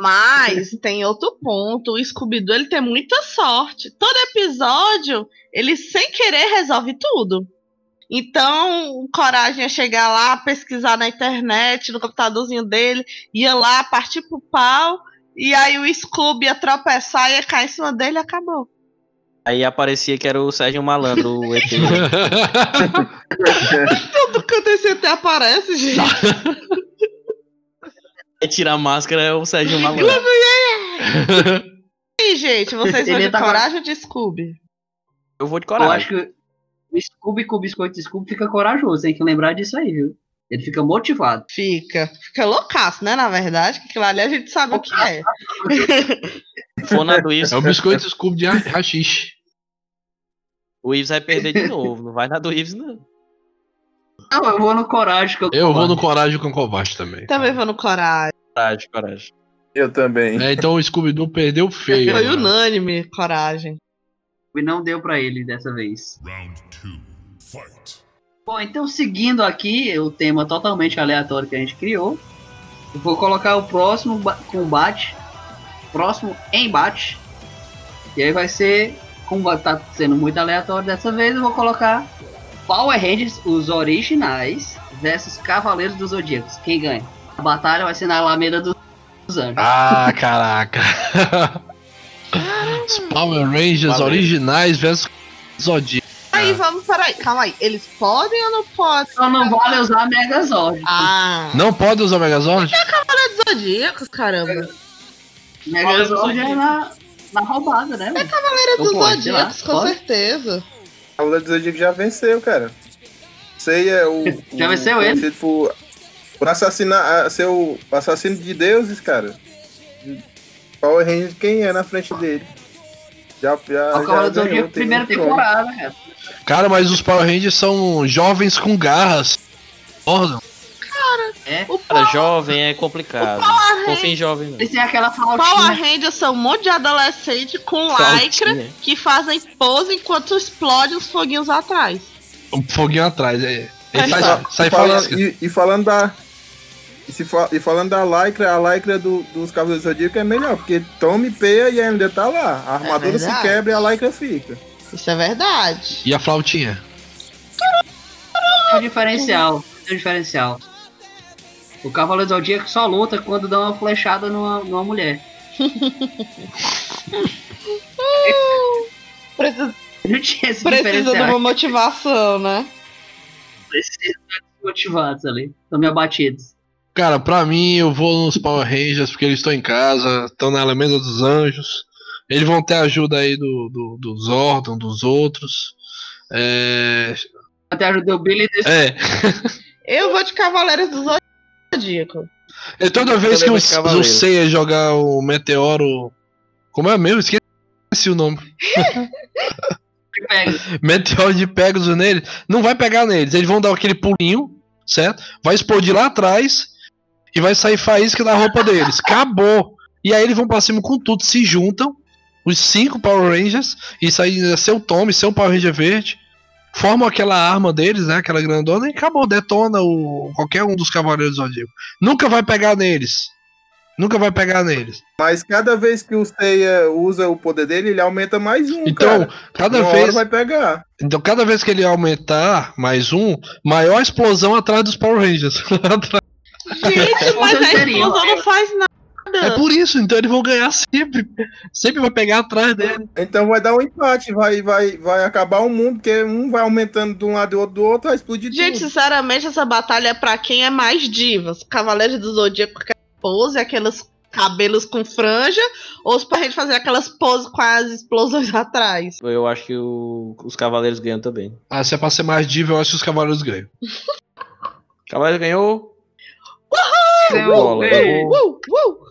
Speaker 2: Mas tem outro ponto. O Scooby-Doo ele tem muita sorte. Todo episódio ele sem querer resolve tudo. Então, o coragem é chegar lá, pesquisar na internet, no computadorzinho dele, ia lá, partir pro pau, e aí o Scooby ia tropeçar, ia cair em cima dele e acabou.
Speaker 4: Aí aparecia que era o Sérgio Malandro, o ET.
Speaker 2: Tudo que aconteceu até aparece, gente.
Speaker 4: Aí tira a máscara, é o Sérgio Malandro.
Speaker 2: E aí, gente, vocês vão
Speaker 1: Ele
Speaker 2: de
Speaker 1: tá-
Speaker 2: coragem ou de Scooby?
Speaker 4: Eu vou de
Speaker 1: Eu acho
Speaker 4: Coragem.
Speaker 1: que o Scooby com o biscoito Scooby fica corajoso, tem que lembrar disso aí, viu? Ele fica motivado.
Speaker 2: Fica. Fica loucaço, né? Na verdade, que aquilo ali a gente sabe o que é.
Speaker 4: Vou na do Ives.
Speaker 3: É o biscoito Scooby de rachixe.
Speaker 4: O Ives vai perder de novo. Não vai na do Ives, não.
Speaker 1: Não, eu vou no coragem que eu
Speaker 3: Eu vou no Coragem com o Covarde também.
Speaker 2: Também vou no coragem.
Speaker 4: Coragem, Coragem.
Speaker 5: Eu também.
Speaker 3: É, então o Scooby-Doo perdeu feio.
Speaker 1: né?
Speaker 2: Foi
Speaker 3: mano.
Speaker 2: unânime, coragem.
Speaker 1: E não deu pra ele dessa vez.
Speaker 6: Round two. Fight.
Speaker 1: Bom, então seguindo aqui o tema totalmente aleatório que a gente criou, eu vou colocar o próximo ba- combate, próximo embate, e aí vai ser, como vai- tá sendo muito aleatório dessa vez, eu vou colocar Power Rangers, os originais, versus Cavaleiros dos Zodíacos, quem ganha? A batalha vai ser na Alameda dos Anjos.
Speaker 3: Ah, caraca. Os Power Rangers
Speaker 4: Valeu.
Speaker 3: originais versus Zodíaco.
Speaker 1: Ah.
Speaker 2: Aí, vamos, peraí. Calma aí. Eles podem ou não podem?
Speaker 1: Só não vale usar Megazord.
Speaker 2: Ah,
Speaker 3: Não pode usar o Megazord?
Speaker 2: Zodíacos, caramba.
Speaker 1: Megazord é na, na roubada, né? mano?
Speaker 2: Era
Speaker 1: Não
Speaker 2: dos
Speaker 1: pode, sei lá,
Speaker 2: Zodíacos, com
Speaker 1: pode.
Speaker 2: certeza.
Speaker 5: A Lula do Zodíaco já venceu, cara. Sei é o.
Speaker 1: Já
Speaker 5: o-
Speaker 1: venceu ele?
Speaker 5: conhecido Por, por assassinar. a- Ser o assassino de deuses, cara. Power Rangers, quem é na frente dele? Já. já
Speaker 1: O Cavaleiro do Zodíaco, primeira temporada, cara.
Speaker 3: Cara, mas os Power Rangers são jovens com garras. Ordem.
Speaker 1: É.
Speaker 2: O
Speaker 4: Cara,
Speaker 2: Power,
Speaker 4: jovem é complicado.
Speaker 2: Power
Speaker 4: Confia em jovem, não.
Speaker 1: Esse é aquela
Speaker 2: Power
Speaker 1: flautinha.
Speaker 2: Rangers são um monte de adolescente com lycra
Speaker 4: Flautinha.
Speaker 2: que fazem pose enquanto explode os foguinhos atrás.
Speaker 3: Um foguinho atrás, é. Ele
Speaker 2: É
Speaker 3: sai,
Speaker 2: só.
Speaker 5: E,
Speaker 3: sai
Speaker 5: falando-
Speaker 3: faísca.
Speaker 5: e- e falando da. E, se fa- e falando da Lycra, a Lycra do- dos Cavaleiros do Zodíaco é melhor, porque Tommy peia e ainda tá lá. A armadura se
Speaker 2: É verdade.
Speaker 5: quebra e a Lycra fica.
Speaker 2: Isso é verdade.
Speaker 3: E a flautinha?
Speaker 1: É o diferencial. É o diferencial. O Cavaleiro do Zodíaco só luta quando dá uma flechada numa, numa mulher.
Speaker 2: Precisa,
Speaker 1: Não tinha esse
Speaker 2: precisa de
Speaker 1: diferencial.
Speaker 2: uma motivação, né?
Speaker 1: Precisa de motivados ali. Estão me abatidos.
Speaker 3: Cara, pra mim, eu vou nos Power Rangers porque eles estão em casa, estão na Alameda dos Anjos. Eles vão ter ajuda aí do, do, do Zordon, dos outros. É.
Speaker 1: Até ajudou o Billy desse
Speaker 3: É.
Speaker 2: Eu vou de Cavaleiros do Zodíaco.
Speaker 3: é toda vez
Speaker 4: Também
Speaker 3: que o,
Speaker 4: vou de
Speaker 3: o
Speaker 4: Cavaleiro.
Speaker 3: Seiya jogar o Meteoro. Como é mesmo? Esqueci o nome.
Speaker 1: que pega.
Speaker 3: Meteoro de Pegasus nele. Não vai pegar neles. Eles vão dar aquele pulinho, certo? Vai explodir lá atrás. E vai sair faísca da roupa deles. Acabou. E aí eles vão pra cima com tudo. Se juntam. Os cinco Power Rangers. Isso aí é seu Tommy, seu Power Ranger verde. Formam aquela arma deles, né? Aquela grandona. E acabou. Detona o, qualquer um dos Cavaleiros do Zodíaco. Nunca vai pegar neles. Nunca vai pegar neles.
Speaker 5: Mas cada vez que o Seiya usa o poder dele, ele aumenta mais um.
Speaker 3: Então,
Speaker 5: cara.
Speaker 3: cada
Speaker 5: Uma hora
Speaker 3: vez.
Speaker 5: vai pegar.
Speaker 3: Então, cada vez que ele aumentar mais um, maior explosão atrás dos Power Rangers.
Speaker 2: Gente, mas a
Speaker 1: Seria,
Speaker 2: explosão não faz
Speaker 3: é
Speaker 2: nada.
Speaker 3: por isso, então eles vão ganhar sempre. Sempre vai pegar atrás dele.
Speaker 5: Então vai dar um empate, vai, vai, vai acabar o mundo, porque um vai aumentando de um lado e outro do outro, vai
Speaker 3: Tipo,
Speaker 5: explodir
Speaker 2: Gente,
Speaker 5: tudo.
Speaker 2: sinceramente, essa batalha é pra quem é mais divas. Cavaleiros do Zodíaco com aquela pose, aqueles cabelos com franja, ou os pra gente fazer aquelas poses com as explosões atrás.
Speaker 4: Eu acho que o- os Cavaleiros ganham também.
Speaker 3: Ah, se é pra ser mais diva, eu acho que os Cavaleiros ganham.
Speaker 4: Cavaleiros ganhou.
Speaker 1: Ganhou,
Speaker 4: Bola.
Speaker 1: ganhou.
Speaker 2: Uh, uh.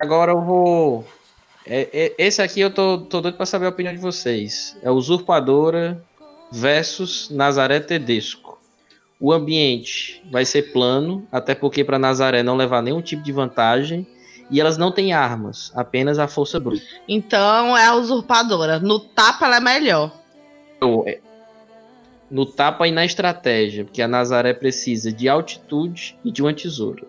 Speaker 4: Agora eu vou. é- é- esse aqui eu tô, tô doido pra saber a opinião de vocês. É Usurpadora versus Nazaré Tedesco. O ambiente vai ser plano, até porque pra Nazaré não levar nenhum tipo de vantagem. E elas não têm armas, apenas a força bruta.
Speaker 2: Então é a usurpadora. No tapa ela é melhor.
Speaker 4: Então, é, No tapa e na estratégia, porque a Nazaré precisa de altitude e de uma tesoura.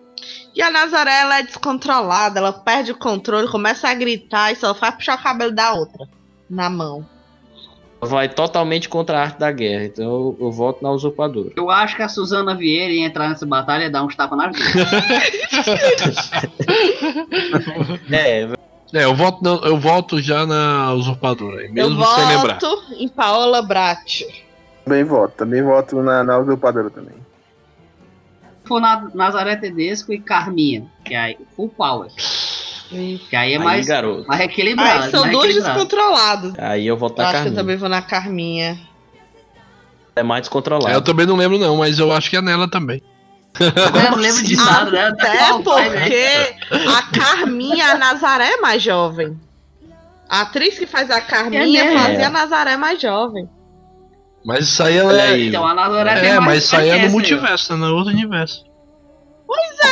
Speaker 2: E a Nazaré ela é descontrolada, ela perde o controle, começa a gritar e só faz puxar o cabelo da outra na mão.
Speaker 4: Vai totalmente contra a arte da guerra, então eu, eu voto na usurpadora.
Speaker 1: Eu acho que a Suzana Vieira ia entrar nessa batalha e dar uns tapas na vida.
Speaker 4: É,
Speaker 3: É, eu voto, na- eu voto já na usurpadora, aí, mesmo
Speaker 2: Eu
Speaker 3: sem lembrar.
Speaker 2: voto em Paola Brat.
Speaker 5: Também voto, também voto na, na usurpadora também.
Speaker 1: For na Nazaré Tedesco e Carminha, que aí full power. Que aí é
Speaker 4: aí,
Speaker 1: mais,
Speaker 4: garoto.
Speaker 1: mais equilibrado.
Speaker 2: Ai, são
Speaker 1: mais
Speaker 2: duas
Speaker 1: equilibrado.
Speaker 2: descontroladas.
Speaker 4: Aí eu
Speaker 3: Tá
Speaker 2: Eu
Speaker 4: voto na
Speaker 2: acho que eu
Speaker 4: Carminha.
Speaker 2: também vou na Carminha.
Speaker 4: É mais descontrolado.
Speaker 3: Eu também não lembro, não, mas eu acho que é nela também.
Speaker 1: Eu não lembro de nada, né?
Speaker 2: Até
Speaker 1: Qual foi, né?
Speaker 2: É, porque a Carminha, a Nazaré é mais jovem. A atriz que faz a Carminha
Speaker 1: É, né?
Speaker 2: fazia a Nazaré mais jovem.
Speaker 3: Mas isso aí ela
Speaker 4: Olha
Speaker 3: é.
Speaker 4: aí.
Speaker 1: Então a Nazaré tem
Speaker 3: É,
Speaker 1: mais
Speaker 3: mas isso aí é no
Speaker 1: certeza,
Speaker 3: multiverso, né? No outro universo.
Speaker 1: né?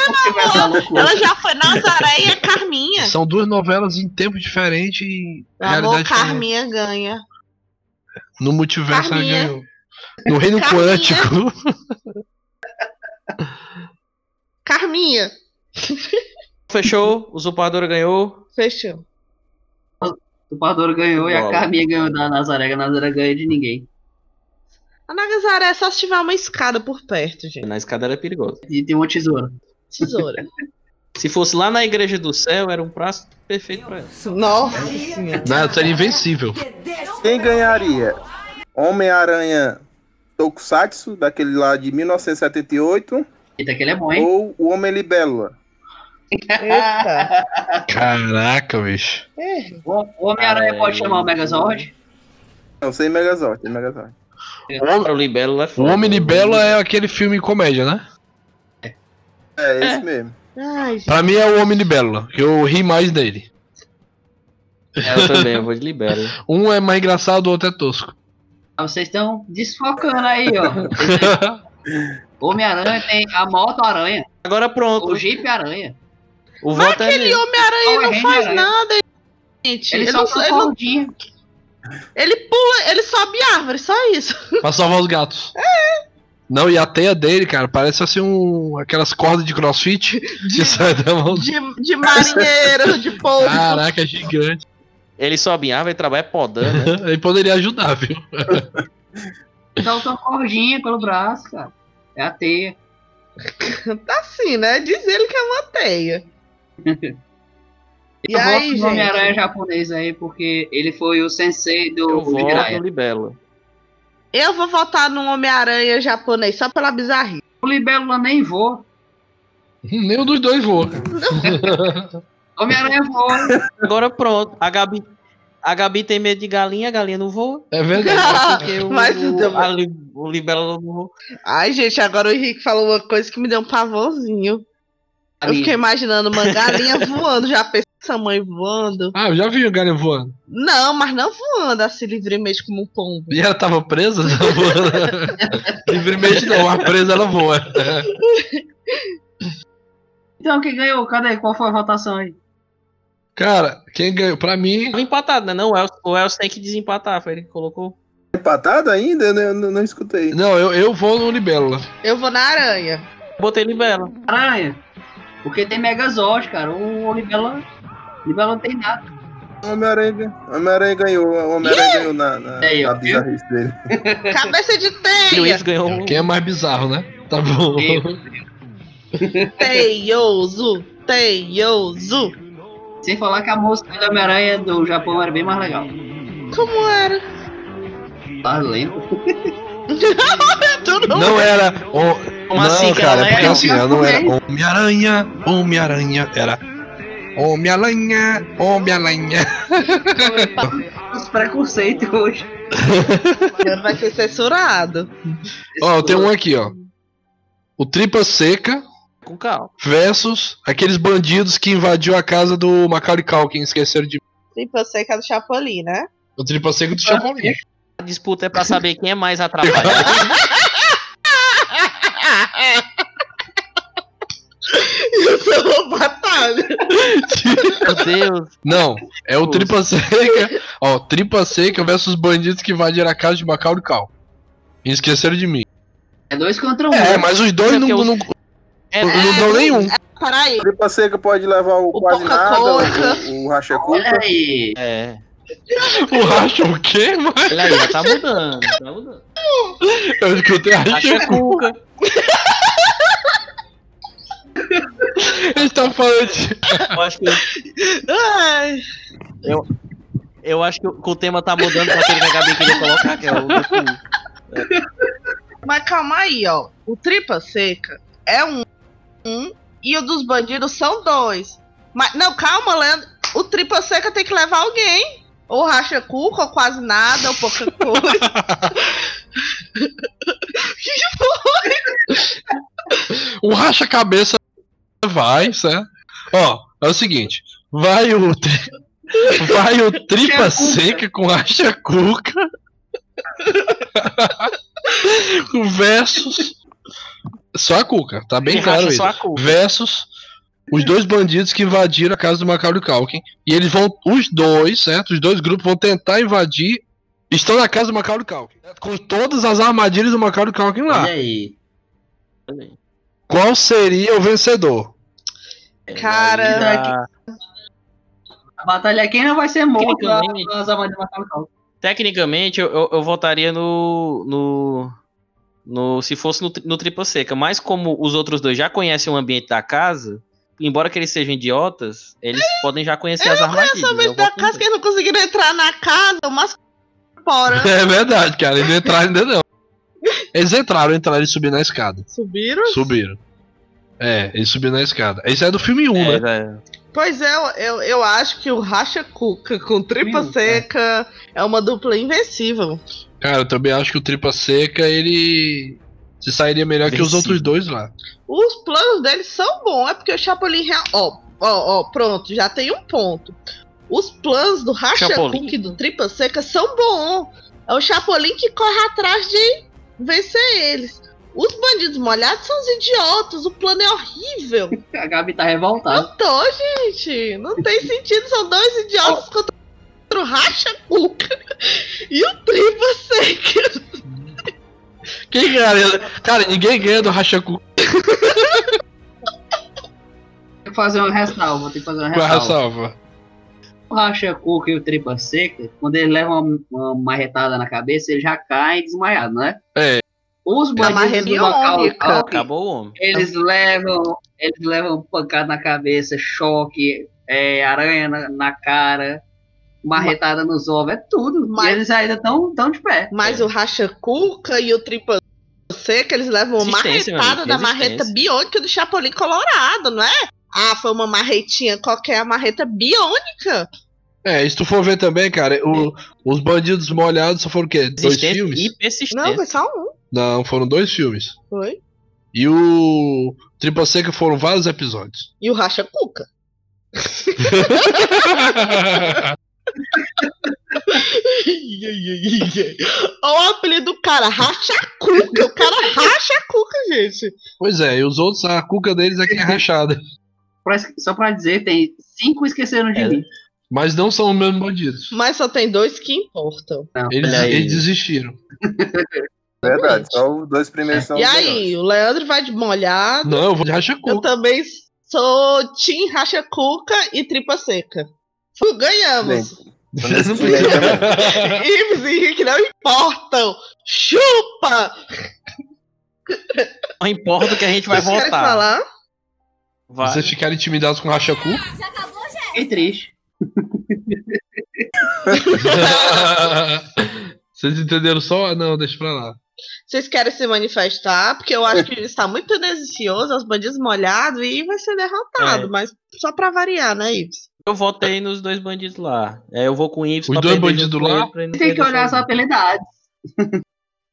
Speaker 1: Como que vai essa loucura?
Speaker 2: Ela já foi Nazaré e a Carminha.
Speaker 3: São duas novelas em tempo diferente e
Speaker 2: Amor,
Speaker 3: realidade diferente.
Speaker 2: Carminha ganha.
Speaker 3: No multiverso ela
Speaker 2: Carminha.
Speaker 3: ganhou. No reino
Speaker 2: Carminha.
Speaker 3: quântico.
Speaker 2: Carminha,
Speaker 4: Fechou, o usurpadora ganhou.
Speaker 2: fechou.
Speaker 1: O Padoro ganhou e a
Speaker 4: Bola.
Speaker 1: Carminha ganhou da Nazaré. A Nazaré ganha de ninguém.
Speaker 2: A Nazaré é só se tiver uma escada por perto, gente.
Speaker 4: Na escada era perigosa.
Speaker 1: E tem uma tesoura.
Speaker 2: Tesoura.
Speaker 4: Se fosse lá na igreja do céu, era um prazo perfeito pra ela.
Speaker 2: Nossa senhora.
Speaker 3: Não, seria invencível.
Speaker 5: Quem ganharia? Homem-Aranha Tokusatsu, daquele lá de 1978,
Speaker 1: Eita, aquele é bom, hein?
Speaker 5: ou o Homem-Libélula?
Speaker 2: Eita.
Speaker 3: Caraca, bicho.
Speaker 2: É.
Speaker 1: O o Homem-Aranha
Speaker 4: Ah,
Speaker 1: pode
Speaker 4: é.
Speaker 1: chamar o Megazord?
Speaker 5: Não, sem Megazord, sem Megazord.
Speaker 4: Cara, o Libelo é
Speaker 3: O
Speaker 4: foda.
Speaker 3: Homem de Bela é aquele filme comédia, né?
Speaker 5: É, esse mesmo.
Speaker 2: Ai, gente.
Speaker 3: Pra mim é o Homem de Bela, que eu ri mais dele.
Speaker 4: É, Eu também, eu vou de Libelo.
Speaker 3: Um é mais engraçado, o outro é tosco.
Speaker 1: Ah, Vocês estão desfocando aí, ó. Homem-Aranha tem a moto-aranha,
Speaker 4: Agora pronto.
Speaker 1: o Jeep-Aranha.
Speaker 4: O voto é
Speaker 2: Aquele
Speaker 4: nele.
Speaker 2: Homem-Aranha
Speaker 1: Power
Speaker 2: não faz
Speaker 1: Ranger, né?
Speaker 2: nada, gente.
Speaker 1: Ele
Speaker 2: Ele,
Speaker 1: só
Speaker 2: não-
Speaker 1: foi
Speaker 2: ele não-
Speaker 1: gordinho.
Speaker 2: ele pula, ele sobe árvore, só isso.
Speaker 3: Pra salvar os gatos. Não, e a teia dele, cara, parece assim um. aquelas cordas de crossfit que sai da mão.
Speaker 2: De, de marinheiro, de polvo.
Speaker 3: Caraca, é gigante.
Speaker 4: Ele sobe em árvore e trabalha podando. né?
Speaker 3: Ele poderia ajudar, viu?
Speaker 1: Solta uma cordinha pelo braço, cara. É a teia.
Speaker 2: Tá assim, né? Diz ele que é uma teia. E
Speaker 1: eu
Speaker 2: aí,
Speaker 1: voto no Homem-Aranha
Speaker 2: gente?
Speaker 1: japonês aí, porque ele foi o sensei
Speaker 4: Eu
Speaker 1: do
Speaker 4: voto
Speaker 1: Jiraiya.
Speaker 4: no Libelo.
Speaker 2: Eu vou votar num Homem-Aranha japonês só pela bizarrice.
Speaker 1: O Libélula nem voa.
Speaker 3: Nenhum dos dois voa.
Speaker 1: Homem-Aranha voa.
Speaker 4: Agora pronto. A Gabi. A Gabi tem medo de galinha, a galinha não voa.
Speaker 3: É verdade.
Speaker 4: Porque o,
Speaker 2: Mas então-
Speaker 4: a Li- o Libelo não voa.
Speaker 2: Ai, gente, agora o Henrique falou uma coisa que me deu um pavorzinho. Eu fiquei imaginando uma galinha voando, já pensei essa mãe voando.
Speaker 3: Ah, eu já vi o galinha voando.
Speaker 2: Não, mas não voando assim livremente como um pombo.
Speaker 3: E ela tava presa? Tava voando. Livremente não, a presa ela voa.
Speaker 1: Então, quem ganhou? Cadê? Qual foi a votação aí?
Speaker 3: Cara, quem ganhou? Pra mim,
Speaker 4: Tava empatado, né? Não, o Elcio, o Elcio tem que desempatar. Foi ele que colocou.
Speaker 5: Empatado ainda? Eu não, não escutei.
Speaker 3: Não, eu, eu vou no Libélula.
Speaker 2: Eu vou na aranha.
Speaker 4: Botei Libelo.
Speaker 1: Aranha. Porque tem Megazord, cara. O Libélula... Libélula não tem nada.
Speaker 5: Homem-Aranha gan- Homem-Aranha ganhou. Homem-Aranha ganhou na, na,
Speaker 1: Aí, ó,
Speaker 5: na bizarrice dele.
Speaker 2: Cabeça de
Speaker 4: O
Speaker 2: teia.
Speaker 4: Luiz ganhou.
Speaker 3: Quem é mais bizarro, né? Tá bom.
Speaker 1: Eu.
Speaker 2: Teioso, teioso.
Speaker 1: Sem falar que a música do Homem-Aranha do Japão era bem mais legal.
Speaker 2: Como era?
Speaker 1: Tá lento.
Speaker 2: Tu não- é.
Speaker 3: Não era. O...
Speaker 4: Como
Speaker 3: não,
Speaker 4: assim que
Speaker 3: cara,
Speaker 4: ela
Speaker 3: é porque
Speaker 4: é?
Speaker 3: assim, ela não era. Homem-Aranha, Homem-Aranha. Era. Homem-Aranha, Homem-Aranha.
Speaker 1: Os preconceitos hoje.
Speaker 2: Agora Vai ser censurado.
Speaker 3: Ó, tem um aqui, ó. O Tripa Seca
Speaker 4: Com calma.
Speaker 3: versus aqueles bandidos que invadiu a casa do Macaulay Culkin, esqueceram de.
Speaker 2: Tripa seca do Chapolin, né?
Speaker 3: O Tripa Seca do Chapolin.
Speaker 4: A disputa é pra saber quem é mais atrapalhado.
Speaker 2: Isso é uma batalha.
Speaker 4: Meu Deus.
Speaker 3: Não, é o Tripa Seca. Ó, Tripa Seca versus os bandidos que invadiram a casa de Macaulay Culkin. E esqueceram de mim.
Speaker 1: É dois contra um.
Speaker 3: É, mas os dois
Speaker 4: É
Speaker 3: não,
Speaker 4: porque
Speaker 3: não,
Speaker 4: os-
Speaker 3: não,
Speaker 4: É,
Speaker 3: dão nenhum.
Speaker 2: Peraí.
Speaker 5: Tripa seca pode levar o,
Speaker 2: O
Speaker 5: quase
Speaker 2: Poca
Speaker 5: nada,
Speaker 2: Coca.
Speaker 5: o, o racha
Speaker 1: Olha aí.
Speaker 4: é.
Speaker 3: O racha o quê, mano?
Speaker 4: Olha aí, já tá mudando. Tá mudando.
Speaker 3: Eu escutei racha.
Speaker 4: Acha cuca.
Speaker 3: Eles estavam tá falando de.
Speaker 4: Eu acho que,
Speaker 2: Ai,
Speaker 4: eu acho que o que o tema tá mudando pra aquele que a Gabi queria colocar, que é o Goku.
Speaker 2: mas calma aí, ó. O tripa seca é um, um e o dos bandidos são dois. Mas não, calma, Leandro. O tripa seca tem que levar alguém. Ou racha cuca, ou quase nada, ou pouca coisa.
Speaker 3: O racha cabeça vai, certo? Ó, é o seguinte. Vai o. tri- Vai o tripa seca com racha cuca. versus. Só a cuca, tá bem
Speaker 4: Quem
Speaker 3: claro
Speaker 4: racha
Speaker 3: isso.
Speaker 4: só a cuca.
Speaker 3: versus os dois bandidos que invadiram a casa do Macaulay Culkin. E eles vão, os dois, certo? Os dois grupos vão tentar invadir. Estão na casa do Macaulay Culkin. certo? Com todas as armadilhas do Macaulay Culkin
Speaker 1: Olha
Speaker 3: lá.
Speaker 1: aí.
Speaker 3: Qual seria o vencedor?
Speaker 2: Cara,
Speaker 4: Aí dá-
Speaker 1: A batalha é quem não vai ser morto lá
Speaker 4: Tecnicamente-
Speaker 1: nas armadilhas de Macaulay Culkin.
Speaker 4: Tecnicamente, eu, eu, eu votaria no, no, no. Se fosse no, tri- no Tripa Seca. Mas é como os outros dois já conhecem o ambiente da casa, embora que eles sejam idiotas, eles podem já conhecer as armadilhas.
Speaker 2: Essa vez
Speaker 4: eu
Speaker 2: da
Speaker 4: voto no
Speaker 2: casa que não conseguiram entrar na casa, umas fora.
Speaker 3: É verdade, cara. Eles não entraram ainda não. Eles entraram, entraram e subiram na escada.
Speaker 2: Subiram?
Speaker 3: Subiram. É, eles subiram na escada. Isso é do filme 1,
Speaker 4: É,
Speaker 3: né?
Speaker 4: velho.
Speaker 2: Pois é, eu, eu, eu acho que o Racha Cuca com tripa
Speaker 1: Hum, é.
Speaker 2: seca é uma dupla invencível.
Speaker 3: Cara, eu também acho que o Tripa Seca, ele. Se sairia melhor que os
Speaker 4: Vencido.
Speaker 3: outros dois lá.
Speaker 2: Os planos deles são bons, é porque o Chapolin. real- Ó, ó, ó, pronto, já tem um ponto. Os planos do Racha
Speaker 4: Chapolin.
Speaker 2: Cuca e do tripa seca são bons. É o Chapolin que corre atrás de vencer eles. Os bandidos molhados são os idiotas, o plano é horrível.
Speaker 1: A Gabi tá revoltada.
Speaker 2: Não tô, gente. Não tem sentido, são dois idiotas contra o racha cuca e o tripa seca.
Speaker 3: Quem ganha? Cara, ninguém ganha do Rachacu
Speaker 1: Tem que fazer uma ressalva, tem que fazer uma
Speaker 3: com a
Speaker 1: ressalva.
Speaker 3: ressalva.
Speaker 1: O racha cuca e o tripa seca, quando ele leva uma, uma marretada na cabeça, ele já cai desmaiado, né?
Speaker 3: É.
Speaker 1: Os bandidos do
Speaker 2: marretinha
Speaker 1: Macau
Speaker 2: única.
Speaker 1: Culkin,
Speaker 4: Acabou o homem.
Speaker 1: Eles levam, eles levam pancada na cabeça, choque, é, aranha na, na cara, marretada nos ovos, é tudo.
Speaker 2: Mas-
Speaker 1: E eles ainda estão tão de pé.
Speaker 2: Mas
Speaker 4: É.
Speaker 2: o racha cuca e o tripa seca, eles levam uma
Speaker 4: Existência, meu
Speaker 2: marretada
Speaker 4: amigo,
Speaker 2: da marreta
Speaker 4: existência.
Speaker 2: biônica do Chapolin Colorado, não é? Ah, foi uma marretinha qualquer, a marreta biônica.
Speaker 3: É, e se tu for ver também, cara, o- os bandidos molhados só foram o quê? Dois
Speaker 4: Existente
Speaker 3: filmes?
Speaker 4: e
Speaker 2: Não,
Speaker 4: persistente.
Speaker 2: foi só um,
Speaker 3: Não, foram dois filmes.
Speaker 2: foi.
Speaker 3: E o Tripa Seca foram vários episódios.
Speaker 2: E o racha cuca. Olha o apelido do cara, racha cuca. O cara racha cuca, gente.
Speaker 3: pois é, e os outros, a cuca deles é que é rachada.
Speaker 1: Pra- só pra dizer, tem cinco esqueceram de
Speaker 4: É.
Speaker 1: mim.
Speaker 3: Mas não são os mesmos bandidos.
Speaker 2: Mas só tem dois que importam.
Speaker 3: Eles,
Speaker 4: Olha aí.
Speaker 3: eles desistiram.
Speaker 5: Verdade, só os dois primeiros são
Speaker 2: e
Speaker 5: os
Speaker 2: aí,
Speaker 5: melhores.
Speaker 2: o Leandro vai de molhado.
Speaker 3: Não, eu vou de racha
Speaker 2: Eu
Speaker 3: cuca.
Speaker 2: também sou Tim Racha Cuca e Tripa Seca. Fu- Ganhamos.
Speaker 5: Tô nesse time aí também.
Speaker 2: Ives e Henrique não importam. Chupa!
Speaker 4: Não importa que a gente vai
Speaker 2: Vocês querem
Speaker 4: voltar.
Speaker 2: falar?
Speaker 4: Vai.
Speaker 3: Vocês ficaram intimidados com racha cuca?
Speaker 8: Já acabou, já?
Speaker 1: Fiquei triste.
Speaker 3: Vocês entenderam só? Ah, Não, deixa pra lá.
Speaker 2: Vocês querem se manifestar? Porque eu acho que está muito tendencioso aos bandidos molhados e vai ser derrotado.
Speaker 4: É.
Speaker 2: Mas só pra variar, né, Ives?
Speaker 4: Eu votei nos dois bandidos lá. É, eu vou com o Ives.
Speaker 3: Os
Speaker 4: pra
Speaker 3: dois
Speaker 4: perder
Speaker 3: bandidos
Speaker 4: junto com
Speaker 3: lá?
Speaker 4: ele, pra ele não
Speaker 1: Tem que
Speaker 4: perder
Speaker 1: olhar as
Speaker 4: sozinho.
Speaker 1: apelidades.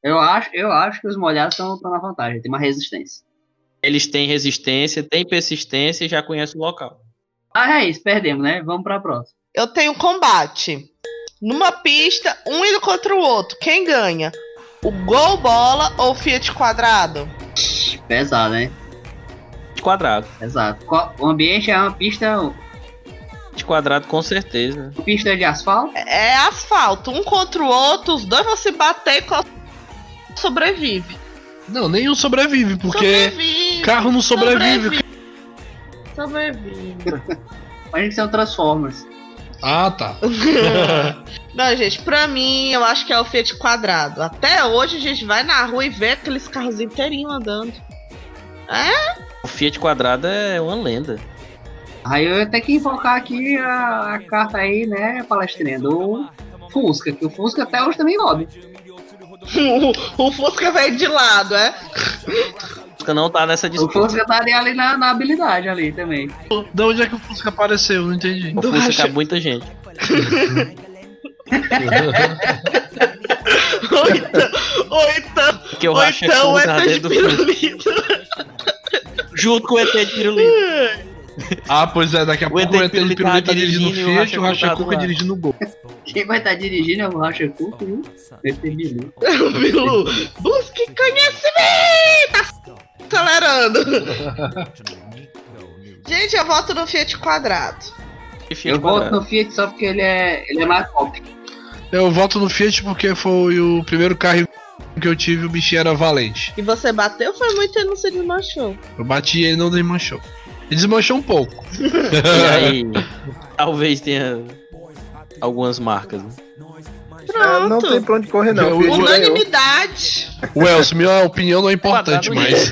Speaker 1: eu, acho, eu acho que os molhados estão na vantagem, tem uma resistência.
Speaker 4: Eles têm resistência, têm persistência e já conhecem o local.
Speaker 1: Ah, é isso, perdemos, né? Vamos pra próxima.
Speaker 2: Eu tenho um combate. Numa pista, um indo contra o outro. Quem ganha? O Gol Bola ou o Fiat Quadrado?
Speaker 1: Pesado, né?
Speaker 4: De quadrado.
Speaker 1: Exato. Qual- O ambiente é uma pista,
Speaker 4: De quadrado, com certeza.
Speaker 1: uma pista de asfalto.
Speaker 2: É asfalto, um contra o outro, os dois vão se bater e qual sobrevive.
Speaker 3: Não, nenhum sobrevive, porque
Speaker 2: sobrevive,
Speaker 3: carro não sobrevive.
Speaker 2: sobrevive. Sobrevive.
Speaker 1: Imagina que são Transformers.
Speaker 3: Ah, tá.
Speaker 2: Não, gente, pra mim, eu acho que é o Fiat Quadrado. Até hoje a gente vai na rua e vê aqueles carros inteirinhos andando.
Speaker 4: O Fiat Quadrado é uma lenda.
Speaker 1: Aí eu ia ter que invocar aqui a, a carta aí, né, palestrinha, do Fusca, que o Fusca até hoje também roda.
Speaker 2: o, o Fusca veio de lado, é?
Speaker 4: Fusca não tá nessa
Speaker 1: O
Speaker 4: disputa.
Speaker 1: Fusca tá ali, ali na, na habilidade ali também.
Speaker 3: de onde é que o Fusca apareceu? Não entendi.
Speaker 4: O Fusca cabe muita gente.
Speaker 2: Ou então, ou então,
Speaker 4: Porque o
Speaker 2: ou
Speaker 4: racha
Speaker 2: então o
Speaker 4: é
Speaker 2: ET de
Speaker 4: dentro do Fusca.
Speaker 2: pirulito.
Speaker 4: Junto com o ET de pirulito.
Speaker 3: Ah, pois é, daqui a
Speaker 4: O
Speaker 3: pouco
Speaker 4: ET
Speaker 3: o ET do Pirulito tá dirigindo o Fiat,
Speaker 4: dirigindo e
Speaker 3: o
Speaker 4: o
Speaker 3: Racha
Speaker 4: Racha
Speaker 3: Cuca
Speaker 4: Cuca
Speaker 3: dirigindo o Gol.
Speaker 1: Quem vai estar dirigindo é o Racha Cuca, viu? Entendi.
Speaker 2: O Bilu, busque conhecimento! Tá Acelerando. Gente, eu voto no Fiat Quadrado.
Speaker 4: E Fiat
Speaker 1: Eu
Speaker 4: Quadrado.
Speaker 1: volto no Fiat só porque ele é, ele é mais top.
Speaker 3: Eu voto no Fiat porque foi o primeiro carro que eu tive, o bichinho era valente.
Speaker 2: E você bateu, foi muito e não se desmanchou.
Speaker 3: Eu bati e ele não desmanchou. Ele desmanchou um pouco.
Speaker 4: E aí, talvez tenha algumas marcas. né?
Speaker 5: É, não
Speaker 2: Pronto.
Speaker 5: tem pra onde correr, não.
Speaker 3: Eu-
Speaker 5: O Fiat ganhou.
Speaker 2: Unanimidade.
Speaker 3: Wells, minha opinião não é importante, mas.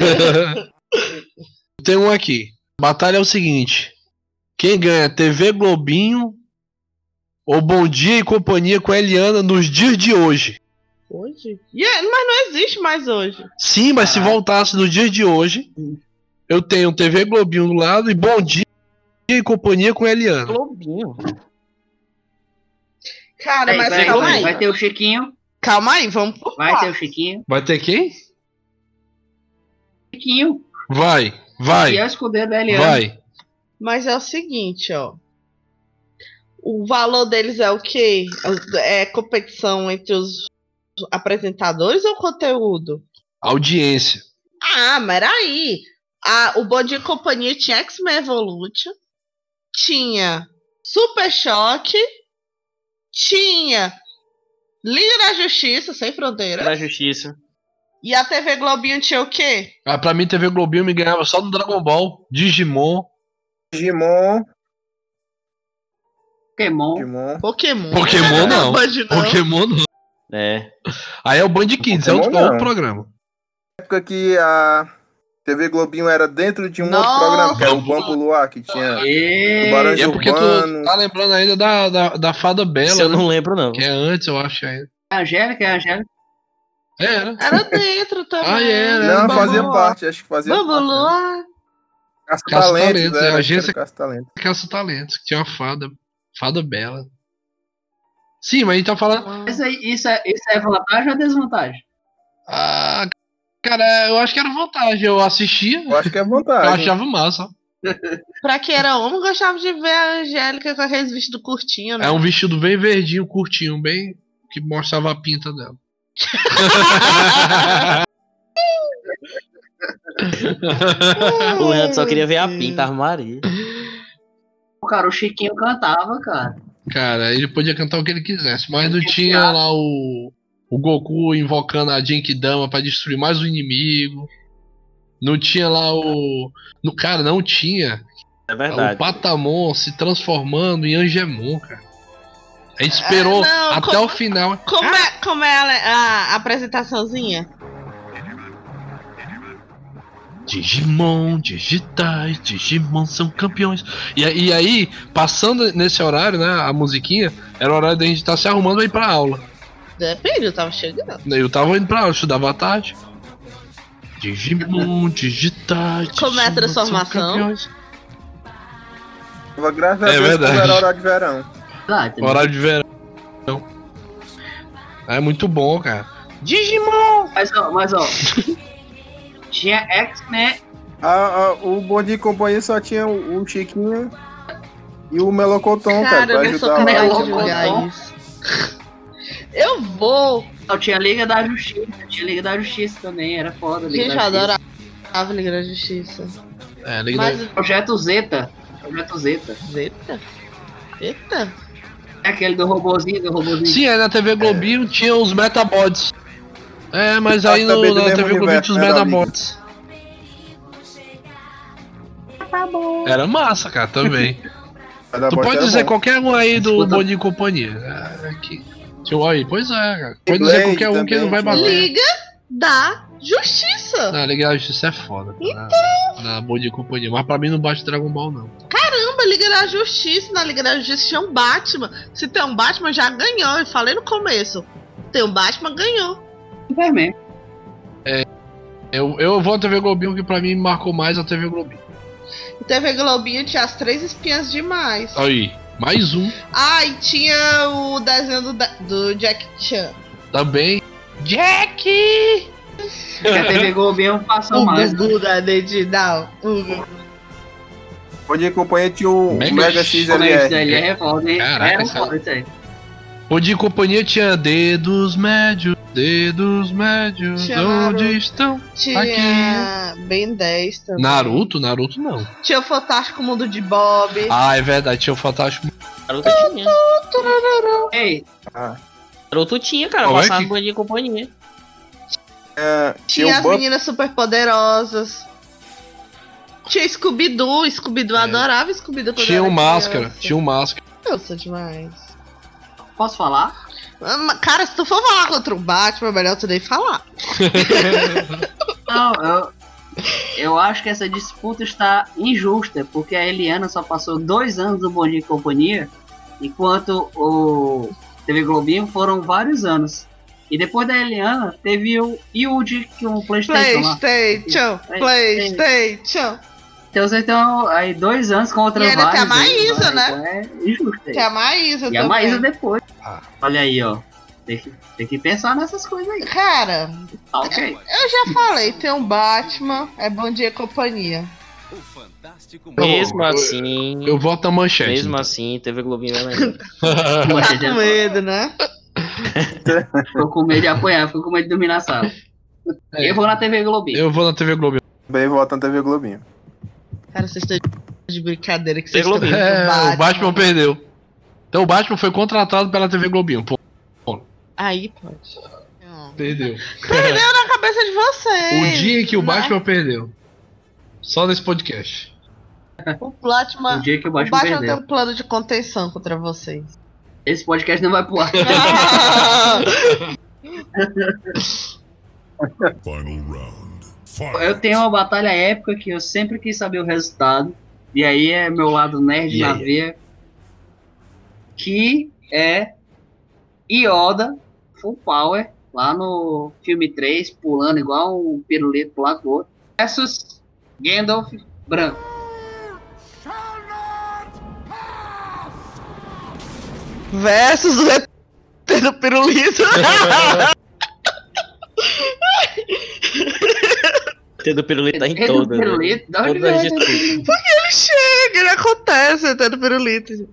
Speaker 3: Tem um aqui. Batalha é o seguinte: quem ganha TV Globinho ou Bom Dia e Companhia com a Eliana nos dias de hoje?
Speaker 2: Hoje? Yeah, mas não existe mais hoje.
Speaker 3: Sim, mas se voltasse no dia de hoje, eu tenho TV Globinho do lado e Bom Dia e companhia com a Eliana.
Speaker 4: Globinho.
Speaker 2: Cara,
Speaker 1: Aí,
Speaker 2: mas
Speaker 1: É, vai,
Speaker 2: calma
Speaker 1: vai-
Speaker 2: aí.
Speaker 1: vai ter o Chiquinho,
Speaker 2: Calma aí, vamos por
Speaker 1: vai ter
Speaker 2: partes.
Speaker 1: o Chiquinho.
Speaker 3: Vai ter quem?
Speaker 1: Chiquinho,
Speaker 3: Vai,
Speaker 1: que é
Speaker 3: vai,
Speaker 1: o escudeiro da Eliana.
Speaker 3: vai.
Speaker 2: Mas é o seguinte, ó. O valor deles é o quê? É competição entre os apresentadores ou conteúdo?
Speaker 3: Audiência.
Speaker 2: Ah, mas era aí. Ah, o Bom Dia e Companhia tinha X-Men Evolution, tinha Super Choque, tinha Liga da Justiça, Sem Fronteiras.
Speaker 4: Da justiça.
Speaker 2: E a TV Globinho tinha o quê?
Speaker 3: Ah, pra mim, TV Globinho me ganhava só no Dragon Ball, Digimon,
Speaker 5: Digimon.
Speaker 1: Pokémon.
Speaker 5: Digimon.
Speaker 2: Pokémon.
Speaker 3: Pokémon não.
Speaker 2: Band não.
Speaker 3: Pokémon. não.
Speaker 4: É.
Speaker 3: Aí é o Band Kids, é outro,
Speaker 5: Pokémon não.
Speaker 3: outro programa.
Speaker 5: época que a TV Globinho era dentro de um outro
Speaker 2: Nossa.
Speaker 5: programa, que era o Banco Luar, que tinha
Speaker 1: E...
Speaker 5: Tubarão
Speaker 3: E é porque tu
Speaker 5: Urbano.
Speaker 3: tá lembrando ainda da, da, da Fada
Speaker 4: Isso
Speaker 3: Bela,
Speaker 4: eu
Speaker 3: né?
Speaker 4: não lembro, não.
Speaker 3: que é antes, eu acho ainda.
Speaker 1: Angélica, é Angélica.
Speaker 3: É, era.
Speaker 2: Era dentro também.
Speaker 3: Ah, era,
Speaker 5: Não,
Speaker 3: Vamos
Speaker 5: fazia
Speaker 2: lá.
Speaker 5: parte, acho que fazia
Speaker 2: Vamos
Speaker 5: parte. né?
Speaker 2: lá.
Speaker 5: Caça-talentos,
Speaker 3: Caça-talentos, é,
Speaker 5: né?
Speaker 3: agência-
Speaker 5: Caça-talentos.
Speaker 3: Caça Talentos, que tinha uma fada. Fada Bela. Sim, mas a gente tá falando.
Speaker 5: né?
Speaker 1: Isso, aí, isso, é, isso é vantagem ou desvantagem?
Speaker 3: Ah, cara, eu acho que era vantagem. Eu assistia,
Speaker 5: Eu acho que é
Speaker 3: eu
Speaker 5: vantagem.
Speaker 3: achava massa.
Speaker 2: Pra quem era homem, gostava de ver a Angélica com aqueles vestidos curtinhos, né?
Speaker 3: É um vestido bem verdinho, curtinho, bem. que mostrava a pinta dela.
Speaker 4: O Leandro só queria ver a pinta, a armaria.
Speaker 1: Cara, o Chiquinho cantava, cara.
Speaker 3: Cara, ele podia cantar o que ele quisesse, mas não tinha lá o, o Goku invocando a Genkidama pra destruir mais um inimigo. Não tinha lá o. No, cara, não tinha
Speaker 4: É verdade.
Speaker 3: o Patamon se transformando em Angemon, cara. Ele esperou
Speaker 2: É, não,
Speaker 3: até
Speaker 2: como-
Speaker 3: o final.
Speaker 2: Como é, como é a, a apresentaçãozinha?
Speaker 3: Digimon, digitais, Digimon são campeões. E, aí- e aí, passando nesse horário, né, a musiquinha, era o horário da gente estar se arrumando pra ir pra aula.
Speaker 2: Depende, eu tava chegando.
Speaker 3: Eu tava indo pra aula, estudava à tarde. Digimon, digitais.
Speaker 2: Como é a
Speaker 3: Digimon
Speaker 2: transformação?
Speaker 3: são campeões.
Speaker 5: Tava graças a
Speaker 3: É
Speaker 5: Deus quando
Speaker 3: verdade.
Speaker 5: era hora de verão.
Speaker 1: Tá, entendeu?
Speaker 3: Horário de verão. É muito bom, cara.
Speaker 1: Mas ó, mas ó. tinha X-Men.
Speaker 5: A- a- o Bom Dia e Companhia só tinha o, o Chiquinho e o Melocoton, cara, pra
Speaker 2: eu não sou
Speaker 5: ajudar lá.
Speaker 2: capaz
Speaker 1: Melon
Speaker 2: de julgar isso. Eu vou.
Speaker 1: Não, tinha Liga da Justiça. Tinha Liga da Justiça também. Era foda. Liga
Speaker 2: Gente, eu
Speaker 1: da Justiça.
Speaker 2: adorava a Liga da Justiça.
Speaker 3: É, liga
Speaker 2: Mas.
Speaker 3: da-
Speaker 1: Projeto Zeta. Projeto Zeta.
Speaker 2: Eita. Eita.
Speaker 1: É aquele do robozinho, do robozinho.
Speaker 3: Sim, aí na TV
Speaker 5: É.
Speaker 3: Globinho tinha os Metabots. É, mas aí no-
Speaker 5: Também do
Speaker 3: na
Speaker 5: mesmo
Speaker 3: TV Globinho
Speaker 5: Tá
Speaker 3: tinha
Speaker 5: universo,
Speaker 3: os
Speaker 5: né, da
Speaker 3: Metabots. Era massa, cara, também.
Speaker 5: Mas a
Speaker 3: Tu
Speaker 5: bosta
Speaker 3: pode
Speaker 5: era
Speaker 3: dizer
Speaker 5: bom.
Speaker 3: qualquer um aí do
Speaker 1: Escuta.
Speaker 3: Boninho e Companhia. Ah, que- Deixa eu aí. Pois é, cara. Pode dizer
Speaker 5: Blade
Speaker 3: qualquer um que
Speaker 5: também,
Speaker 3: não vai
Speaker 5: tinha.
Speaker 3: bater.
Speaker 2: Liga da Justiça.
Speaker 3: Ah, legal, isso é foda. Então... Na Bom de Companhia. Mas pra mim não bate Dragon Ball, não.
Speaker 2: Caramba, Liga da Justiça. Na Liga da Justiça tinha um Batman. Se tem um Batman, já ganhou. Eu falei no começo. Tem um Batman, ganhou.
Speaker 1: Superman.
Speaker 3: Eu, eu vou à TV Globinho, que pra mim marcou mais a TV Globinho.
Speaker 2: E TV Globinho tinha as três espinhas demais.
Speaker 3: Aí, mais um.
Speaker 2: Ah, e tinha o desenho do, da- do Jack Chan.
Speaker 3: Também. Jack!
Speaker 1: Que a TV Globinho passou
Speaker 2: O
Speaker 1: mais.
Speaker 2: Gugu da Lady Down. O Gugu.
Speaker 5: Bom Dia e Companhia tinha o
Speaker 3: Mega
Speaker 5: Mega,
Speaker 1: Isso
Speaker 5: XLR.
Speaker 1: daí é foda, hein?
Speaker 3: Caraca,
Speaker 1: Era
Speaker 3: isso é-
Speaker 1: foda isso aí.
Speaker 3: Onde companhia tinha dedos médios, dedos médios,
Speaker 2: Tinha
Speaker 3: onde
Speaker 2: Naruto.
Speaker 3: estão?
Speaker 2: Tinha Ben 10 também.
Speaker 3: Naruto? Naruto não.
Speaker 2: Tinha o Fantástico Mundo de Bob.
Speaker 3: Ah, é verdade, tinha o Fantástico.
Speaker 4: Garoto tinha.
Speaker 1: Ei,
Speaker 4: Garoto tinha, cara.
Speaker 3: Como é
Speaker 4: passava
Speaker 3: que-
Speaker 4: no Bom Dia e Companhia.
Speaker 5: Tinha,
Speaker 2: tinha
Speaker 5: o
Speaker 2: as
Speaker 5: Bump,
Speaker 2: meninas superpoderosas. Tinha Scooby-Doo. Scooby-Doo
Speaker 3: É.
Speaker 2: adorava Scooby-Doo quando
Speaker 3: Tinha
Speaker 2: eu
Speaker 3: o
Speaker 2: era
Speaker 3: Máscara.
Speaker 2: criança.
Speaker 3: Tinha o Máscara.
Speaker 2: Eu sou demais.
Speaker 1: posso falar?
Speaker 2: Ah, mas, Cara, se tu for falar contra o Batman, é melhor tu nem falar.
Speaker 1: Não, eu. Eu acho que essa disputa está injusta, porque a Eliana só passou dois anos do Bom Dia e Companhia, enquanto o TV Globinho foram vários anos. E depois da Eliana, teve o Yudi, que é um Playstation lá.
Speaker 2: Playstation,
Speaker 1: Playstation.
Speaker 2: Playstation.
Speaker 1: Então vocês estão aí dois anos contra
Speaker 2: E ainda
Speaker 1: vários.
Speaker 2: tem a Maísa,
Speaker 1: anos,
Speaker 2: né?
Speaker 1: Então é injusto. aí.
Speaker 2: Tem a Maísa
Speaker 1: E
Speaker 2: também.
Speaker 1: a Maísa depois.
Speaker 3: Ah.
Speaker 1: Olha aí, ó. Tem que, tem que pensar nessas coisas aí.
Speaker 2: Cara,
Speaker 1: Tá, ok.
Speaker 2: eu já falei, tem um Batman, é Bom Dia e Companhia.
Speaker 3: Tá bom,
Speaker 4: Mesmo
Speaker 3: eu-
Speaker 4: assim.
Speaker 3: Eu voto a manchete.
Speaker 4: Mesmo assim, TV Globinho é melhor.
Speaker 3: então.
Speaker 2: Tá
Speaker 1: Poxa,
Speaker 2: com
Speaker 1: já-
Speaker 2: medo, né?
Speaker 1: Ficou com medo de apanhar, ficou com medo de dormir na sala.
Speaker 4: É.
Speaker 1: Eu vou na TV Globinho.
Speaker 3: Eu vou na TV Globo.
Speaker 5: Bem, volta na TV Globinho.
Speaker 2: Cara, vocês estão de brincadeira que vocês
Speaker 4: Pegou
Speaker 2: estão
Speaker 4: bem.
Speaker 2: vendo
Speaker 3: É, o Batman perdeu. Então o Batman foi contratado pela TV Globinho. Pô,
Speaker 2: Aí, pode. Não.
Speaker 3: perdeu.
Speaker 2: Perdeu na cabeça de
Speaker 3: o
Speaker 2: vocês.
Speaker 3: dia em que o
Speaker 2: né?
Speaker 3: Batman perdeu. Só nesse podcast.
Speaker 2: O
Speaker 1: O
Speaker 2: Batman,
Speaker 1: Um dia que o
Speaker 2: o
Speaker 1: Batman,
Speaker 2: Batman tem
Speaker 1: perdeu.
Speaker 2: um plano de contenção contra vocês.
Speaker 1: Esse podcast não vai pro ar.
Speaker 6: Final round. Fight.
Speaker 1: Eu tenho uma batalha épica que eu sempre quis saber o resultado. E aí é meu lado nerd
Speaker 4: E
Speaker 1: na
Speaker 4: aí?
Speaker 1: veia. Que é Yoda Full Power lá no filme 3, pulando igual um pirulito pro lado do outro. Versus Gandalf branco.
Speaker 2: Versus o Eterno Pirulito.
Speaker 4: Tendo pirulito tá em
Speaker 1: Ele é um
Speaker 4: todas. né?
Speaker 1: pirulito, dá um
Speaker 4: Todas as
Speaker 1: pirulito.
Speaker 4: desculpas.
Speaker 2: Chega, ele acontece, o Eterno Pirulito.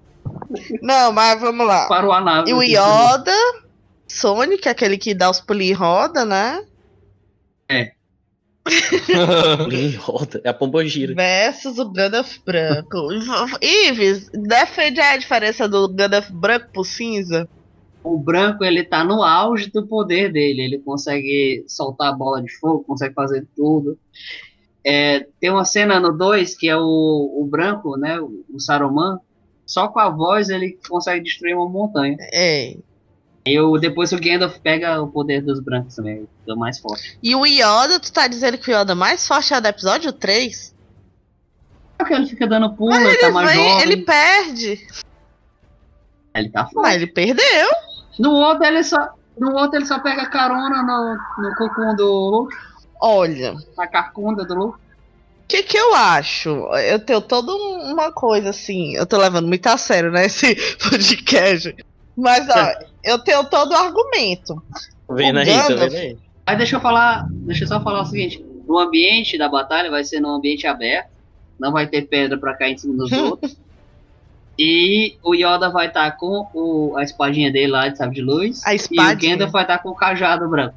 Speaker 2: Não, mas vamos lá.
Speaker 1: Para o Anave.
Speaker 2: E o Yoda, Sonic, aquele que dá os pulinhos em roda, né?
Speaker 4: Ninguém roda. É a pomba gira.
Speaker 2: Versus o Gandalf branco. Ives, defende aí a diferença do Gandalf branco pro cinza.
Speaker 1: O branco ele tá no auge do poder dele. Ele consegue soltar a bola de fogo, consegue fazer tudo. É, tem uma cena no 2 que é o, o branco, né? O, o Saruman. Só com a voz ele consegue destruir uma montanha.
Speaker 2: É.
Speaker 1: Eu, depois o Gandalf pega o poder dos brancos também. Ele Fica mais forte.
Speaker 2: E o Yoda, tu tá dizendo que o Yoda mais forte é o do episódio 3?
Speaker 1: Porque ele fica dando pulo, ele tá
Speaker 2: Ele,
Speaker 1: mais
Speaker 2: vem-
Speaker 1: jovem.
Speaker 2: ele
Speaker 1: Ele...
Speaker 2: perde.
Speaker 1: tá forte.
Speaker 2: Mas ele perdeu.
Speaker 1: No outro ele só, no outro ele só pega carona no, no cocum do Luke.
Speaker 2: Olha, o
Speaker 1: Na carcunda do Luke.
Speaker 2: que que eu acho? Eu tenho toda um- uma coisa assim. Eu tô levando muito a sério, né? Esse podcast. Mas,
Speaker 1: É.
Speaker 2: ó, eu tenho todo o argumento.
Speaker 4: Vendo aí, tá vendo aí?
Speaker 1: Mas deixa eu falar, deixa eu só falar o seguinte: no ambiente da batalha vai ser num ambiente aberto, não vai ter pedra pra cair em cima dos outros. E o Yoda vai estar com o- a espadinha dele lá de sabre de luz.
Speaker 2: A
Speaker 1: E o
Speaker 2: espadinha?
Speaker 1: Gandalf vai estar com o cajado branco.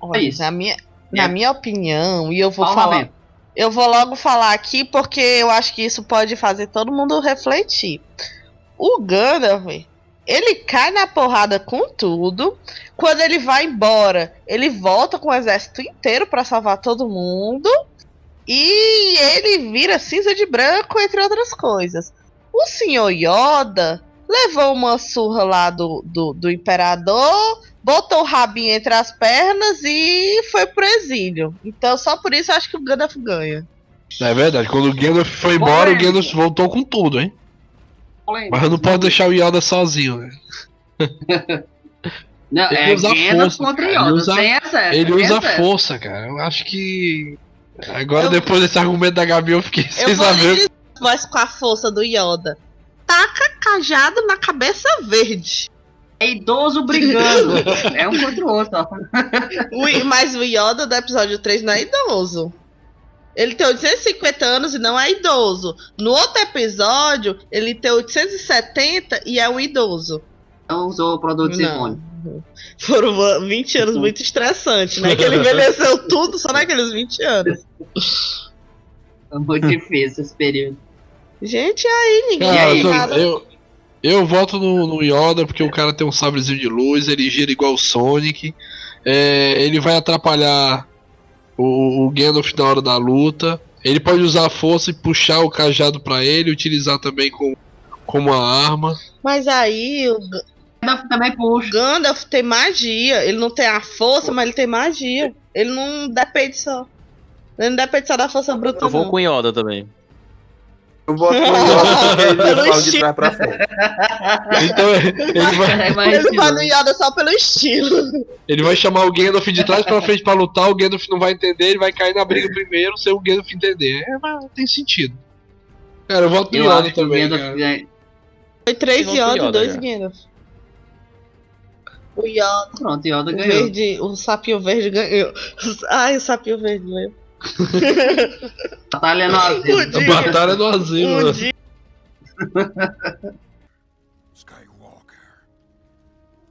Speaker 2: Olha,
Speaker 1: É isso.
Speaker 2: Na minha, na
Speaker 1: É.
Speaker 2: minha opinião, e eu vou
Speaker 1: Fala
Speaker 2: falar.
Speaker 1: mesmo.
Speaker 2: Eu vou logo falar aqui porque eu acho que isso pode fazer todo mundo refletir. O Gandalf, ele cai na porrada com tudo. Quando ele vai embora, ele volta com o exército inteiro pra salvar todo mundo. E ele vira cinza de branco, entre outras coisas. O senhor Yoda levou uma surra lá do, do, do imperador, botou o rabinho entre as pernas e foi pro exílio. Então, só por isso eu acho que o Gandalf ganha.
Speaker 3: É verdade, quando o Gandalf foi embora, o
Speaker 1: Polêmica.
Speaker 3: Gandalf voltou com tudo, hein?
Speaker 1: Polêmica.
Speaker 3: Mas não pode deixar o Yoda sozinho, né?
Speaker 1: Não,
Speaker 3: Ele
Speaker 1: é
Speaker 3: usa a
Speaker 1: Gandalf
Speaker 3: força,
Speaker 1: contra
Speaker 3: cara, ele
Speaker 1: Yoda,
Speaker 3: usa-
Speaker 1: sem
Speaker 2: É,
Speaker 1: excesso.
Speaker 3: Ele
Speaker 1: sem
Speaker 3: usa a
Speaker 1: excesso.
Speaker 3: força, cara. Eu acho que. Agora,
Speaker 2: Eu-
Speaker 3: depois desse argumento da Gabi, eu fiquei
Speaker 2: Eu vou
Speaker 3: sem
Speaker 2: lhe
Speaker 3: saber.
Speaker 2: dizer, mas com a força do Yoda. Taca cajado na cabeça verde.
Speaker 1: É idoso brigando. é um contra o outro. ó.
Speaker 2: O I- mas o Yoda do episódio 3 não é idoso. Ele tem 850 anos e não é idoso. No outro episódio, ele tem 870 e é um idoso.
Speaker 1: Não usou produtos
Speaker 2: Não.
Speaker 1: sinfônicos.
Speaker 2: Foram va- 20 anos muito estressantes, né? Que ele envelheceu tudo só naqueles 20 anos.
Speaker 1: É muito difícil esse período.
Speaker 2: Gente, e aí, ninguém
Speaker 3: Cara,
Speaker 2: fez
Speaker 3: eu,
Speaker 2: nada.
Speaker 3: eu, eu voto no, no Yoda porque o cara tem um sabrezinho de luz, ele gira igual o Sonic. é, ele vai atrapalhar o, o Gandalf na hora da luta. Ele pode usar a força e puxar o cajado pra ele, utilizar também como, como a arma.
Speaker 2: Mas aí o
Speaker 1: Gandalf também puxa.
Speaker 2: Gandalf tem magia. Ele não tem a força, mas ele tem magia. Ele não depende só. Ele não depende só da força bruta.
Speaker 4: Eu vou
Speaker 2: não.
Speaker 4: com Yoda também.
Speaker 5: Eu boto no Yoda porque ele
Speaker 2: Pelo
Speaker 5: fala de
Speaker 2: estilo.
Speaker 5: trás pra frente.
Speaker 3: Então ele vai,
Speaker 1: É mais
Speaker 2: Ele vai no
Speaker 1: idoso.
Speaker 2: Yoda só pelo estilo.
Speaker 3: Ele vai chamar o Gandalf de trás pra frente pra lutar, o Gandalf não vai entender, ele vai cair na briga primeiro sem o Gandalf entender. É, mas tem sentido. Cara, eu voto
Speaker 1: Eu
Speaker 3: no Yoda
Speaker 1: acho que o
Speaker 3: também.
Speaker 1: Gandalf
Speaker 3: cara.
Speaker 1: ganha-
Speaker 2: Foi três
Speaker 4: Eu vou com
Speaker 2: Yoda e
Speaker 4: Yoda,
Speaker 2: dois
Speaker 4: já.
Speaker 2: Gandalf. O Yoda
Speaker 1: Pronto, Yoda ganhou.
Speaker 2: verde, o sapinho verde ganhou. Ai, o sapinho verde ganhou.
Speaker 1: Batalha no
Speaker 2: O
Speaker 1: asilo.
Speaker 2: dia-
Speaker 3: Batalha do asilo.
Speaker 2: Um
Speaker 3: né?
Speaker 2: dia
Speaker 6: Skywalker.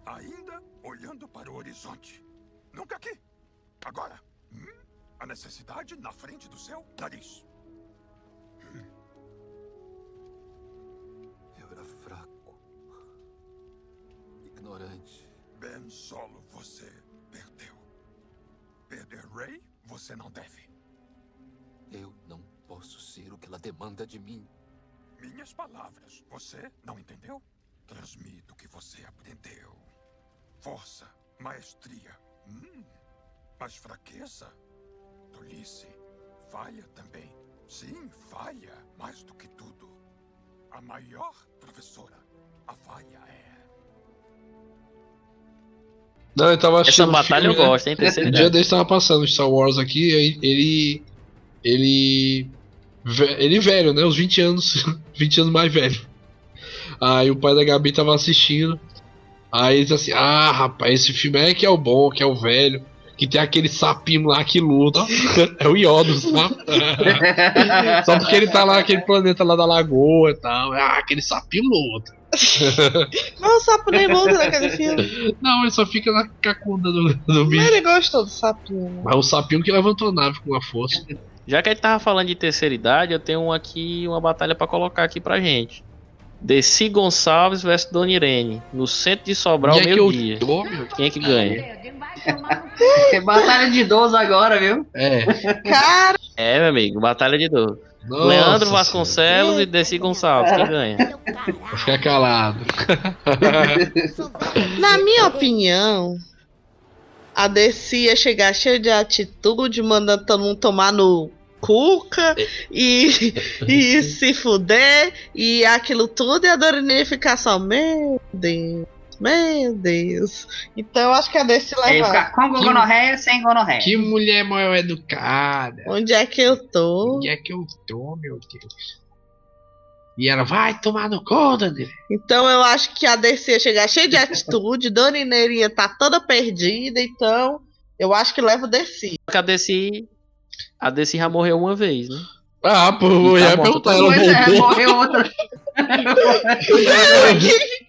Speaker 6: Ainda olhando para o horizonte. Nunca aqui. Agora, hum, a necessidade na frente do seu nariz.
Speaker 7: Hum. Eu era fraco. Ignorante.
Speaker 6: Ben Solo, você perdeu. Perder Ray, você não deve.
Speaker 7: Eu não posso ser o que ela demanda de mim.
Speaker 6: Minhas palavras, você não entendeu? Transmito o que você aprendeu. Força, maestria, hum. mas fraqueza, tolice, falha também. Sim, falha, mais do que tudo. A maior professora, a falha é.
Speaker 3: Não, eu tava
Speaker 4: Essa
Speaker 3: assistindo um
Speaker 4: batalha
Speaker 3: filme,
Speaker 4: eu
Speaker 3: né?
Speaker 4: gosto, hein? Terceira
Speaker 3: Um dia
Speaker 4: idade.
Speaker 3: desse tava passando Star Wars aqui, aí ele. Ele. ve- Ele velho, né? Uns 20 anos. 20 anos mais velho. Aí o pai da Gabi tava assistindo. Aí ele disse assim: Ah, rapaz, esse filme é que é o bom, que é o velho. Que tem aquele sapinho lá que luta. É o Yoda, sabe? Só porque ele tá lá naquele planeta lá da lagoa e tal. Ah, aquele sapinho luta.
Speaker 2: Não, o sapo nem volta naquele filme.
Speaker 3: Não, ele só fica na cacunda do, do bicho.
Speaker 2: Ele gostou do sapinho.
Speaker 3: Mas o sapinho que levantou a nave com a força.
Speaker 4: Já que a gente tava falando de terceira idade, eu tenho um aqui uma batalha pra colocar aqui pra gente. Desi Gonçalves versus Dona Irene, no centro de Sobral,
Speaker 3: Onde é que eu
Speaker 4: meio-dia.
Speaker 3: tô, meu?
Speaker 4: Quem é que ganha?
Speaker 1: É batalha de 12 agora, viu?
Speaker 3: É.
Speaker 2: Cara,
Speaker 4: É, meu amigo, batalha de dor.
Speaker 3: Nossa
Speaker 4: Leandro
Speaker 3: Senhora.
Speaker 4: Vasconcelos e Desi Gonçalves, quem ganha?
Speaker 3: Fica calado.
Speaker 2: na minha opinião, a Desi ia chegar cheia de atitude, mandando todo mundo tomar no cuca e, e se fuder e aquilo tudo, e a Dorine ia ficar só, meu Deus, meu Deus. Então eu acho que a Desi
Speaker 1: É
Speaker 2: leva.
Speaker 1: ficar com gonorreia, sem gonorreia.
Speaker 3: Que mulher mal educada.
Speaker 2: Onde é que eu tô?
Speaker 3: Onde é que eu tô, meu Deus? E ela vai tomar no cu, Danilo.
Speaker 2: Então eu acho que a DC ia chegar cheia de atitude, Dona Ineira ia estar toda perdida, então eu acho que leva o DC.
Speaker 4: Porque a Desi. A Desi já morreu uma vez, né?
Speaker 3: Ah, pô, eu ia
Speaker 4: bom,
Speaker 3: perguntar.
Speaker 4: tá
Speaker 3: Ela
Speaker 1: Pois é,
Speaker 3: voltou.
Speaker 1: morreu outra.
Speaker 3: É,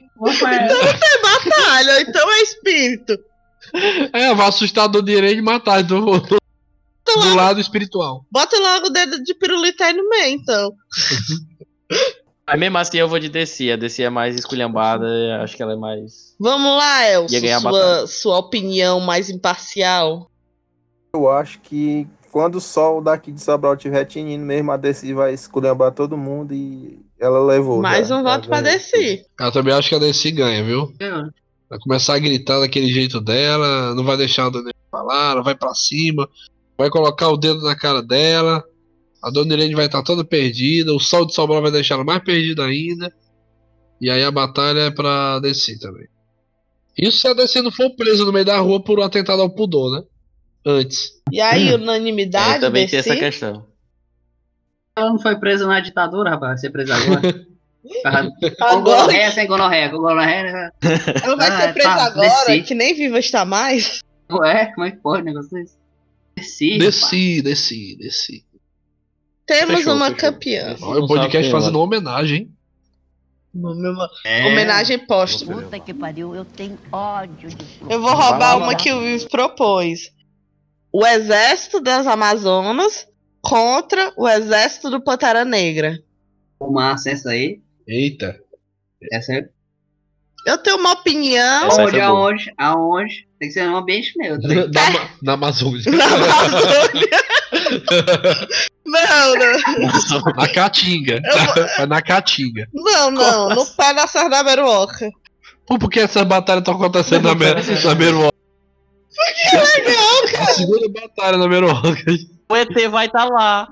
Speaker 1: Opa,
Speaker 2: Batalha, então é espírito.
Speaker 3: É, vai assustar a Dona Irene e matar do, do
Speaker 2: Bota logo,
Speaker 3: lado espiritual.
Speaker 2: bota logo o dedo de pirulito aí no meio, então.
Speaker 4: Mas mesmo assim eu vou de Desi. A Desi é mais esculhambada, eu acho que ela é mais.
Speaker 2: Vamos lá, Elcio,
Speaker 4: Ia ganhar a
Speaker 2: sua,
Speaker 4: batalha.
Speaker 2: sua opinião mais imparcial.
Speaker 5: Eu acho que quando o sol daqui de Sobral tiver tinindo mesmo, a DC vai esculhambar todo mundo e ela levou.
Speaker 2: Mais
Speaker 5: já, Tá
Speaker 2: um
Speaker 5: já
Speaker 2: voto pra
Speaker 5: ganhou.
Speaker 2: DC.
Speaker 3: Eu também acho que a DC ganha, viu?
Speaker 1: é.
Speaker 3: Vai começar a gritar daquele jeito dela, não vai deixar a Dona Irene falar, ela vai pra cima, vai colocar o dedo na cara dela. A Dona Irene vai estar toda perdida, o sol de Sobral vai deixar ela mais perdida ainda. E aí a batalha é pra DC também. Isso se a DC não for presa no meio da rua por um atentado ao pudor, né? Antes.
Speaker 2: E aí,
Speaker 4: Eu
Speaker 2: unanimidade,
Speaker 4: também tem essa
Speaker 2: DC?
Speaker 4: questão.
Speaker 1: ela não foi presa na ditadura, rapaz. Vai ser presa agora. Tá Com
Speaker 2: Agora,
Speaker 1: gonorreia, sem gonorreia. Com gonorreia,
Speaker 2: ela vai
Speaker 1: Ah,
Speaker 2: ser presa
Speaker 1: tá,
Speaker 2: agora,
Speaker 1: DC.
Speaker 2: que nem viva está mais.
Speaker 1: ué, como é que pode um negócio desse? Desci, rapaz.
Speaker 3: Desci, desci, desci.
Speaker 2: Temos
Speaker 4: Fechou,
Speaker 2: uma
Speaker 4: fechou.
Speaker 2: campeã.
Speaker 4: Você
Speaker 3: Olha o
Speaker 4: não sabe
Speaker 3: podcast
Speaker 4: quem é, né?
Speaker 3: fazendo uma homenagem, hein?
Speaker 2: Uma
Speaker 1: É.
Speaker 2: Homenagem póstuma.
Speaker 8: Puta que pariu, eu tenho ódio de
Speaker 2: Eu vou roubar
Speaker 5: Vai lá.
Speaker 2: uma que o Vives propôs. O exército das Amazonas contra o exército do Pantera Negra.
Speaker 1: Ô, Massa, essa aí.
Speaker 3: Eita.
Speaker 1: Essa aí.
Speaker 2: Eu tenho uma opinião
Speaker 4: Essa aí
Speaker 1: Aonde,
Speaker 4: foi boa.
Speaker 1: aonde, aonde? Tem que ser um ambiente neutro.
Speaker 3: Na, na, Ama- na Amazônia.
Speaker 2: na Amazônia. Não, não,
Speaker 3: Na Caatinga. Vai Na Caatinga.
Speaker 2: não, não, no pé da Sardá Meruoca.
Speaker 3: Pô, por que essas batalhas estão acontecendo na, Mer na Meruoca?
Speaker 2: é
Speaker 3: A segunda batalha na Meruoca
Speaker 4: O ET vai estar lá.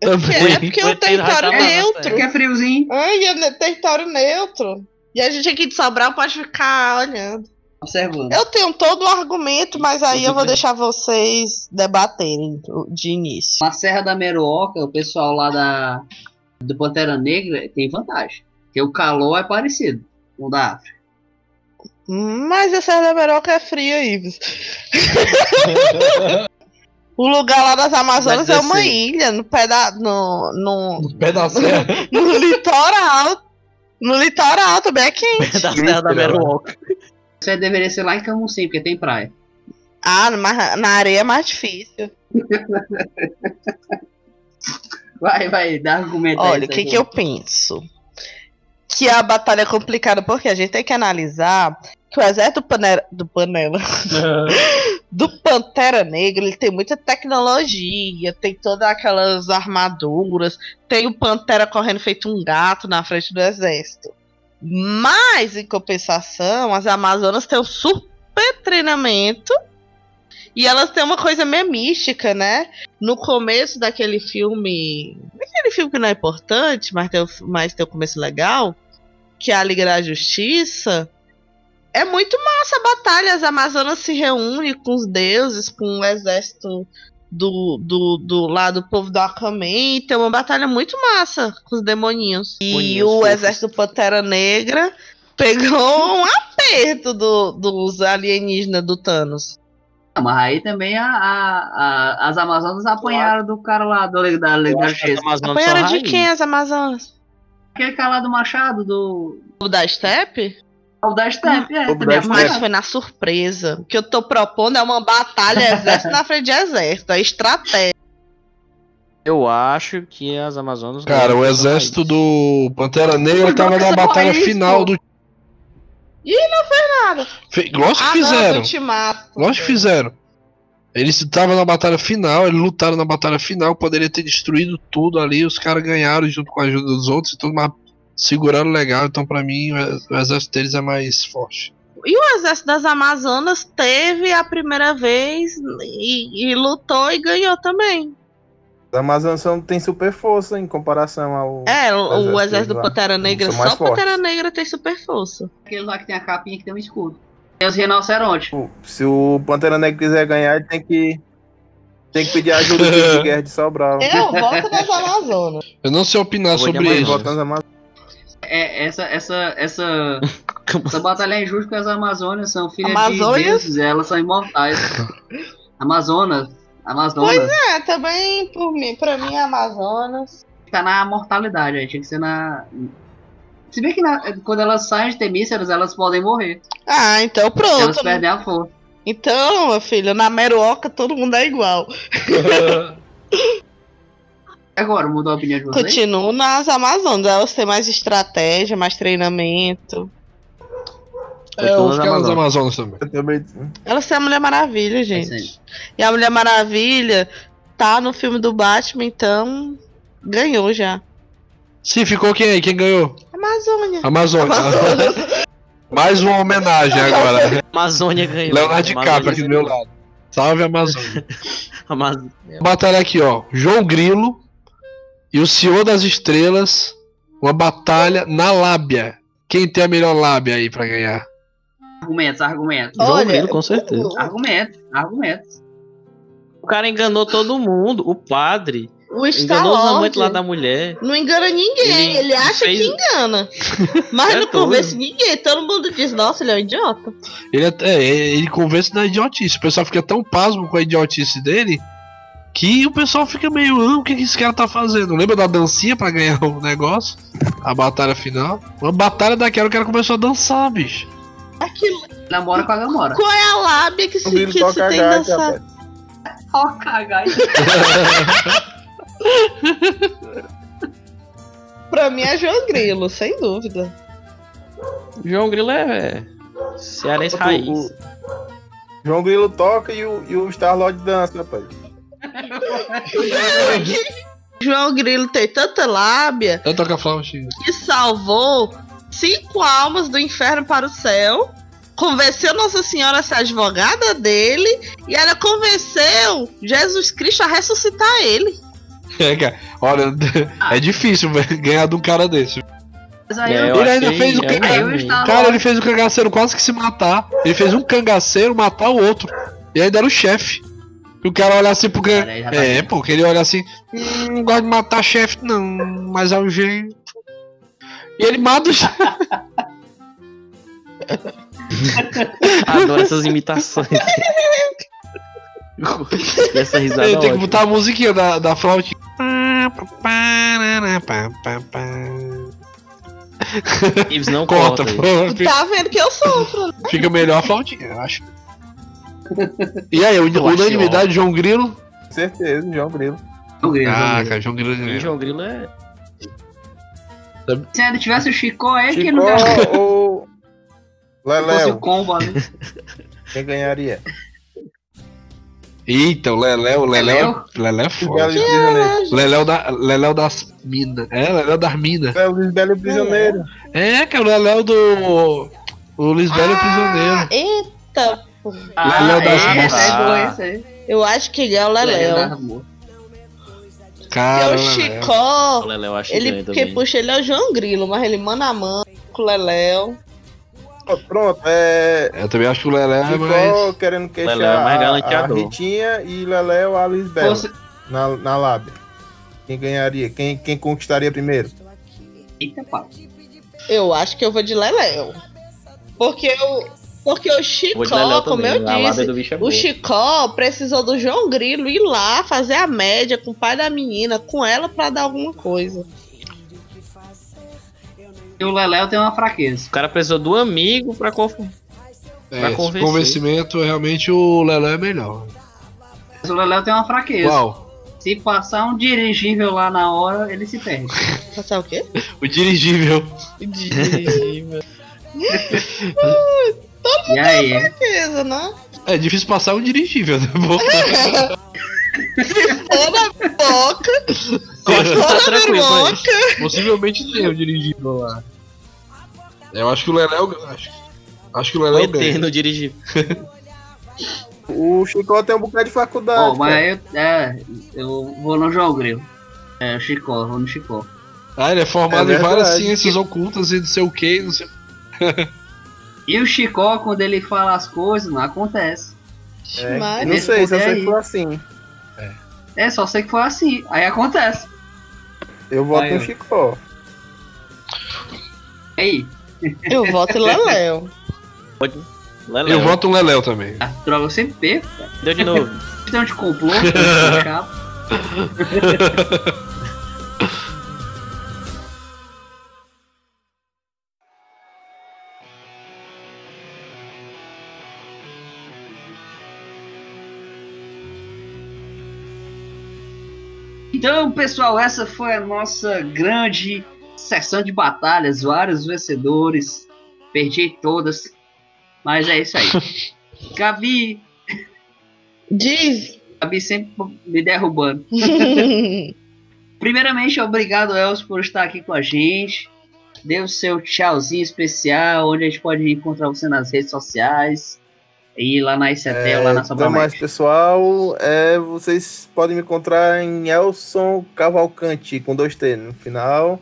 Speaker 2: É
Speaker 3: também.
Speaker 2: porque é um
Speaker 4: Vai ter
Speaker 2: território
Speaker 4: razão,
Speaker 2: neutro.
Speaker 1: Aqui é friozinho.
Speaker 2: Ai, é ne- território neutro. E a gente aqui de Sobral pode ficar olhando.
Speaker 1: Observando.
Speaker 2: Eu tenho todo o argumento, mas aí
Speaker 4: Tudo
Speaker 2: eu vou
Speaker 4: bem.
Speaker 2: deixar vocês debaterem de início.
Speaker 1: Na Serra da Meruoca, o pessoal lá da, do Pantera Negra tem vantagem. Porque o calor é parecido com o da África.
Speaker 2: Mas essa da Meroca é fria, Ives. o lugar lá das Amazonas
Speaker 4: Vai
Speaker 2: é uma
Speaker 4: descer.
Speaker 2: ilha no pé da. No, no,
Speaker 3: No pé da serra.
Speaker 2: no litoral. No litoral também é quente.
Speaker 4: Da Serra da Meruoca.
Speaker 1: Você deveria ser lá em Camusim, porque tem praia.
Speaker 2: Ah, mas na areia é mais difícil.
Speaker 1: Vai, vai, dá argumento aí, tá
Speaker 2: Olha, o que,
Speaker 1: Sérgio.
Speaker 2: que eu penso? Que a batalha é complicada, porque a gente tem que analisar que o exército do Panera, do Panela, do Pantera Negra, ele tem muita tecnologia, tem todas aquelas armaduras, tem o Pantera correndo feito um gato na frente do exército. Mas, em compensação, as Amazonas têm um super treinamento e elas têm uma coisa meio mística, né? No começo daquele filme aquele filme que não é importante, mas tem, o- mas tem o começo legal, que é a Liga da Justiça. É muito massa a batalha. As Amazonas se reúnem com os deuses, com o exército do, do, do lá do povo do Aquaman. Tem uma batalha muito massa com os demoninhos. E
Speaker 4: Boninhos
Speaker 2: o
Speaker 4: fofos.
Speaker 2: exército Pantera Negra pegou um aperto do- dos alienígenas do Thanos.
Speaker 1: Ah, Mas aí também a, a- a- as Amazonas apanharam do cara lá, do, da- da
Speaker 4: Eu
Speaker 1: Liga da
Speaker 4: acho que as
Speaker 1: Justiça.
Speaker 4: Amazonas são
Speaker 2: Apanharam de
Speaker 4: rainhas.
Speaker 2: quem as Amazonas?
Speaker 1: Aquele cara lá do Machado, do.
Speaker 2: O da Steppe?
Speaker 1: O da Step, é.
Speaker 5: O
Speaker 1: também
Speaker 2: Mas
Speaker 5: da
Speaker 1: apanharam.
Speaker 2: foi na surpresa. O que eu tô propondo é uma batalha exército na frente de exército. É estratégia.
Speaker 4: Eu acho que as Amazonas.
Speaker 3: Cara, o
Speaker 4: são
Speaker 3: exército
Speaker 4: rainhas.
Speaker 3: do Pantera Negra tava na
Speaker 2: Nossa,
Speaker 3: batalha
Speaker 2: olha isso.
Speaker 3: final do.
Speaker 2: Ih,
Speaker 3: não fez
Speaker 2: nada. Ah,
Speaker 3: Lógico que
Speaker 2: não,
Speaker 3: fizeram.
Speaker 2: do Ultimato.
Speaker 3: Lógico que fizeram. Eles estavam na batalha final, eles lutaram na batalha final, poderia ter destruído tudo ali, os caras ganharam junto com a ajuda dos outros e tudo, mas seguraram legal, então pra mim o ex- o exército deles é mais forte.
Speaker 2: E o exército das Amazonas teve a primeira vez e, e lutou e ganhou também.
Speaker 5: As Amazonas não tem super força em comparação ao.
Speaker 2: É, o,
Speaker 5: Exército
Speaker 2: o exército do
Speaker 5: lá.
Speaker 2: Pantera Negra,
Speaker 5: São
Speaker 2: só
Speaker 5: mais
Speaker 2: o Pantera
Speaker 5: fortes.
Speaker 2: Negra tem super força.
Speaker 1: Aquele lá que tem a capinha que tem um escudo. Tem os rinocerontes.
Speaker 5: Tipo, Se o Pantera Negra quiser ganhar, ele tem que. Tem que pedir ajuda do Guerra de Sobral.
Speaker 2: Eu voto nas Amazonas.
Speaker 3: Eu não sei opinar
Speaker 4: Eu vou
Speaker 3: sobre
Speaker 4: lhe
Speaker 5: Ele
Speaker 3: eles.
Speaker 4: amarrar.
Speaker 5: volta nas Amazonas.
Speaker 1: É, essa, essa, essa, essa batalha é injusta porque as Amazonas são filhas de
Speaker 2: Amazônias?
Speaker 1: deuses, elas são imortais. Amazonas, Amazonas,
Speaker 2: Pois É, também por mim, pra mim é Amazonas.
Speaker 1: tá na mortalidade, aí tinha que ser na... Se bem que na- quando elas saem de Temíceras, elas podem morrer.
Speaker 2: Ah, então
Speaker 1: elas
Speaker 2: pronto.
Speaker 1: perdem a força.
Speaker 2: Então, meu filho, na Meruoca todo mundo é igual.
Speaker 1: Agora, mudou a opinião de vocês?
Speaker 2: Continuo nas Amazonas. Elas têm mais estratégia, mais treinamento.
Speaker 3: É,
Speaker 4: Continua
Speaker 3: os
Speaker 4: nas
Speaker 3: caras
Speaker 4: Amazonas.
Speaker 3: das Amazonas também.
Speaker 5: Eu também-
Speaker 2: Elas têm a Mulher Maravilha,
Speaker 1: É
Speaker 2: gente.
Speaker 1: isso aí.
Speaker 2: E a Mulher Maravilha tá no filme do Batman, então ganhou já.
Speaker 3: Sim, ficou quem aí? Quem ganhou?
Speaker 2: Amazônia.
Speaker 3: Amazônia.
Speaker 2: Amazonas.
Speaker 3: mais uma homenagem agora.
Speaker 4: Amazônia ganhou.
Speaker 3: Leonardo DiCaprio
Speaker 4: Amazônia
Speaker 3: aqui do meu lado. Salve Amazônia.
Speaker 4: Amaz-
Speaker 3: Batalha aqui, ó. João Grilo e o Senhor das Estrelas. Uma batalha na lábia. Quem tem a melhor lábia aí pra ganhar?
Speaker 1: Argumentos, argumentos.
Speaker 4: João
Speaker 2: Olha,
Speaker 4: Grilo, com certeza.
Speaker 1: Ah,
Speaker 2: O,
Speaker 1: Argumentos, argumentos.
Speaker 4: O cara enganou todo mundo. O padre
Speaker 2: o Star
Speaker 4: enganou os amantes lá
Speaker 2: Lord
Speaker 4: da mulher.
Speaker 2: não engana ninguém. é? Ele,
Speaker 4: Ele
Speaker 2: acha
Speaker 4: fez-
Speaker 2: que engana. Mas
Speaker 4: É
Speaker 2: não
Speaker 4: doido.
Speaker 2: convence ninguém. Todo mundo diz, nossa, ele é um idiota.
Speaker 3: Ele, é- é, ele convence da idiotice. O pessoal fica tão pasmo com a idiotice dele que o pessoal fica meio. "Ah, o que, que esse cara tá fazendo? Lembra da dancinha pra ganhar o negócio? A batalha final. Uma batalha daquela, o cara começou a dançar, bicho.
Speaker 2: Aquilo-
Speaker 1: Namora com a Gamora.
Speaker 2: Qual é a lábia que se,
Speaker 5: O
Speaker 2: que
Speaker 5: Grilo
Speaker 2: se
Speaker 5: toca a
Speaker 2: tem
Speaker 5: gaita,
Speaker 2: dançar?
Speaker 5: rapaz.
Speaker 1: Ó, cagai.
Speaker 2: Pra mim é João Grilo, sem dúvida.
Speaker 4: João Grilo é. é Cearense raiz.
Speaker 5: O- o- João Grilo toca e o, e o Star-Lord dança, rapaz.
Speaker 2: João Grilo tem tanta lábia
Speaker 3: Eu toco a flauta.
Speaker 2: que salvou cinco almas do inferno para o céu, convenceu Nossa Senhora a ser advogada dele e ela convenceu Jesus Cristo a ressuscitar ele.
Speaker 3: É, cara. Olha, é difícil velho, ganhar de um cara desse.
Speaker 1: Mas aí
Speaker 4: É,
Speaker 1: eu-
Speaker 4: eu
Speaker 3: Ele ainda
Speaker 4: achei- é um
Speaker 3: fez o
Speaker 4: eu
Speaker 3: que-
Speaker 4: achei
Speaker 1: Aí o
Speaker 4: ruim.
Speaker 1: Star
Speaker 3: Cara, ele fez o cangaceiro quase que se matar. Ele fez um cangaceiro matar o outro. E ainda era o chefe. E o cara olha assim pro can...
Speaker 1: Cara, ele já tá
Speaker 3: É,
Speaker 1: bem.
Speaker 3: pô, que ele olha assim. Hum, não gosto de matar chefe, não. Mas é um jeito. E ele mata o chefe.
Speaker 4: Adoro essas imitações. E Essa risada.
Speaker 3: Ele tem que
Speaker 4: ótima.
Speaker 3: botar a musiquinha da, da flauta. Pá, pá, pá, pá, pá, pá.
Speaker 4: Gibbs não
Speaker 3: Corta,
Speaker 4: corta.
Speaker 3: pô.
Speaker 2: Tá vendo que eu sofro.
Speaker 3: Fica melhor a flautinha, eu acho. E aí,
Speaker 4: Eu acho é
Speaker 3: unanimidade, João Grilo?
Speaker 5: Certeza, João Grilo.
Speaker 1: João Grilo, João Grilo.
Speaker 3: Caraca, João Grilo.
Speaker 4: E João Grilo é.
Speaker 1: Se ainda tivesse o Chicó, é que não deu
Speaker 5: Chicó ou
Speaker 1: fosse o
Speaker 5: Leléo?
Speaker 1: combo ali.
Speaker 5: Quem ganharia?
Speaker 3: Eita, o Leléu, o Leléu. Leléu é
Speaker 5: Belo
Speaker 3: foda.
Speaker 5: de Prisioneiro.
Speaker 3: Leléu, da, Leléu das Minas. É, Leléu das Minas.
Speaker 5: Belo de Belo de Prisioneiro.
Speaker 3: É, cara, o Leléu do. O Luiz Belo é prisioneiro.
Speaker 2: Eita, pô.
Speaker 1: Ah,
Speaker 3: Leléu
Speaker 1: é,
Speaker 3: das
Speaker 1: essa é
Speaker 9: Moças.
Speaker 1: boa, essa aí.
Speaker 2: Eu acho que ele é o
Speaker 1: Leléu
Speaker 2: Leléu.
Speaker 9: né?
Speaker 1: das Moças.
Speaker 2: Porque
Speaker 4: é
Speaker 3: Cara,
Speaker 2: o
Speaker 3: Leléu.
Speaker 2: Chicó,
Speaker 4: O Leléu acho que
Speaker 2: ele,
Speaker 4: ganha
Speaker 2: porque
Speaker 4: também.
Speaker 2: puxa, ele é o João Grilo, mas ele manda a mão com o Leléu.
Speaker 5: Ó, Pronto, é.
Speaker 3: Eu também acho que o Leléu é
Speaker 5: Ficou
Speaker 3: mais.
Speaker 5: querendo queixar
Speaker 9: Leléu Ah, é mais
Speaker 5: a, a
Speaker 9: galanteador.
Speaker 5: Ritinha e é Leléu a Lisbela
Speaker 1: Fosse-
Speaker 5: na, na lábia. Quem ganharia? Quem, quem conquistaria primeiro?
Speaker 1: Eita, pau.
Speaker 2: Eu acho que eu vou de Leléu. Porque eu. Porque o
Speaker 9: Vou de Leléu
Speaker 2: Chicó, como
Speaker 9: também.
Speaker 2: eu
Speaker 9: a lábia
Speaker 2: disse,
Speaker 9: do bicho é boa.
Speaker 2: o Chicó precisou do João Grilo ir lá fazer a média com o pai da menina, com ela pra dar alguma coisa.
Speaker 1: E o Leléu tem uma fraqueza.
Speaker 4: O cara precisou do amigo pra confundir.
Speaker 3: É,
Speaker 4: pra
Speaker 3: esse
Speaker 4: convencer.
Speaker 3: convencimento, realmente o Leléu é melhor.
Speaker 1: Mas o Leléu tem uma fraqueza.
Speaker 3: Qual?
Speaker 1: Se passar um dirigível lá na hora, ele se perde.
Speaker 2: Passar o quê?
Speaker 3: O dirigível.
Speaker 2: Dirigível.
Speaker 1: E aí, é?
Speaker 2: Beleza, né?
Speaker 3: É difícil passar um dirigível, né?
Speaker 2: Ficou na boca,
Speaker 3: Eu acho que
Speaker 2: ficou
Speaker 3: tá
Speaker 2: na
Speaker 3: tranquilo, mas-
Speaker 2: boca.
Speaker 3: Possivelmente tem o dirigível lá. Eu acho que o Leléu. Acho, acho que o
Speaker 4: O
Speaker 3: Leléu
Speaker 4: ET
Speaker 3: ganha.
Speaker 4: no dirigível.
Speaker 5: O Chicó tem um bocado de faculdade.
Speaker 1: Ó, mas eu, é, eu vou no João Grilo. É, o Chicó, vou no Chicó.
Speaker 3: Ah, ele é formado
Speaker 5: É
Speaker 3: em várias
Speaker 5: verdade.
Speaker 3: ciências ocultas e não sei o que, não sei
Speaker 1: E o Chicó, quando ele fala as coisas, não acontece.
Speaker 5: cara. É,
Speaker 2: Mas-
Speaker 5: não sei, se eu
Speaker 1: Poder
Speaker 5: sei
Speaker 1: aí.
Speaker 5: que foi assim.
Speaker 1: É, só sei que foi assim. Aí acontece.
Speaker 5: Eu voto
Speaker 1: Aí,
Speaker 5: no
Speaker 1: ó.
Speaker 5: Chicó.
Speaker 1: Aí,
Speaker 2: Eu voto em Leléu.
Speaker 4: Leléu.
Speaker 3: Eu voto no Leléu também.
Speaker 1: a droga eu sempre perco.
Speaker 4: Deu de novo.
Speaker 1: Então de complô, de chapa. Então, pessoal, essa foi a nossa grande sessão de batalhas, vários vencedores. Perdi todas, mas é isso aí. Gabi,
Speaker 2: Diz.
Speaker 1: Gabi sempre me derrubando. Primeiramente, obrigado, Elcio, por estar aqui com a gente. Dê o seu tchauzinho especial, onde a gente pode encontrar você nas redes sociais. E lá na ICETEL, Né, lá na
Speaker 5: Então, mais
Speaker 1: Sobramete.
Speaker 5: pessoal, é, vocês podem me encontrar em Elson Cavalcante, com dois T no final.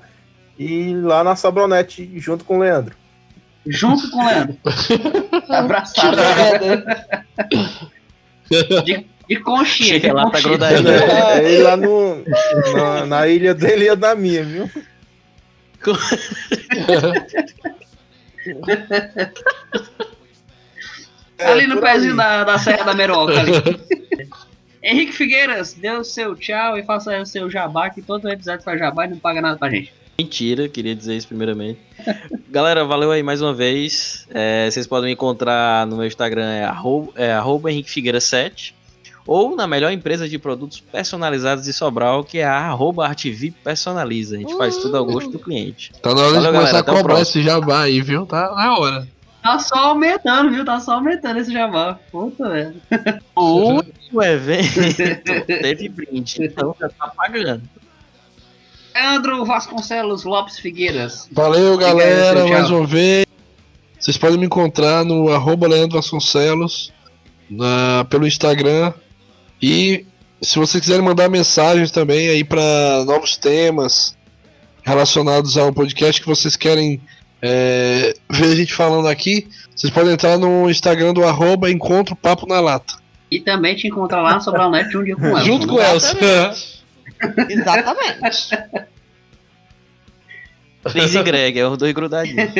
Speaker 5: E lá na Sabronete, junto com o Leandro.
Speaker 1: Junto com o Leandro. Abraçado. de, de conchinha.
Speaker 4: Chega
Speaker 1: de
Speaker 4: lá, tá
Speaker 1: conchinha.
Speaker 4: grudadinho.
Speaker 1: né?
Speaker 5: É, é, é lá no, na, na ilha dele e a da minha, viu?
Speaker 1: ali no
Speaker 5: É, por
Speaker 1: pezinho
Speaker 5: aí.
Speaker 1: da, da Serra da Meroca. ali. Henrique Figueiras, dê o seu tchau e faça aí o seu jabá, que todo episódio faz jabá e não paga nada pra gente.
Speaker 4: Mentira, queria dizer isso primeiramente. Galera, valeu aí mais uma vez. É, vocês podem me encontrar no meu Instagram, é arroba, é arroba Henrique Figueira 7 ou na melhor empresa de produtos personalizados de Sobral, que é a arroba Artivip Personaliza. A gente faz tudo ao gosto do cliente.
Speaker 3: Tá na hora
Speaker 4: Valeu,
Speaker 3: de começar
Speaker 4: galera,
Speaker 3: a
Speaker 4: até o
Speaker 3: cobrar
Speaker 4: próximo.
Speaker 3: esse jabá aí, viu? Tá na hora.
Speaker 1: Tá só aumentando, viu? Tá só aumentando esse jabá. Puta, velho.
Speaker 4: O último evento teve brinde, então já tá pagando.
Speaker 1: Leandro Vasconcelos Lopes Figueiras.
Speaker 3: Valeu,
Speaker 1: Fica aí,
Speaker 3: galera,
Speaker 1: seu
Speaker 3: mais
Speaker 1: tchau.
Speaker 3: uma vez. Vocês podem me encontrar no arroba Leandro Vasconcelos, na- pelo Instagram. E se vocês quiserem mandar mensagens também aí para novos temas relacionados ao podcast que vocês querem é, ver a gente falando aqui, vocês podem entrar no Instagram do arroba Encontro Papo na Lata.
Speaker 1: E também te encontrar lá no Sobranete um dia com ela.
Speaker 3: junto com Elsa.
Speaker 2: Exatamente.
Speaker 4: Cris e Greg, é os dois grudadinhos.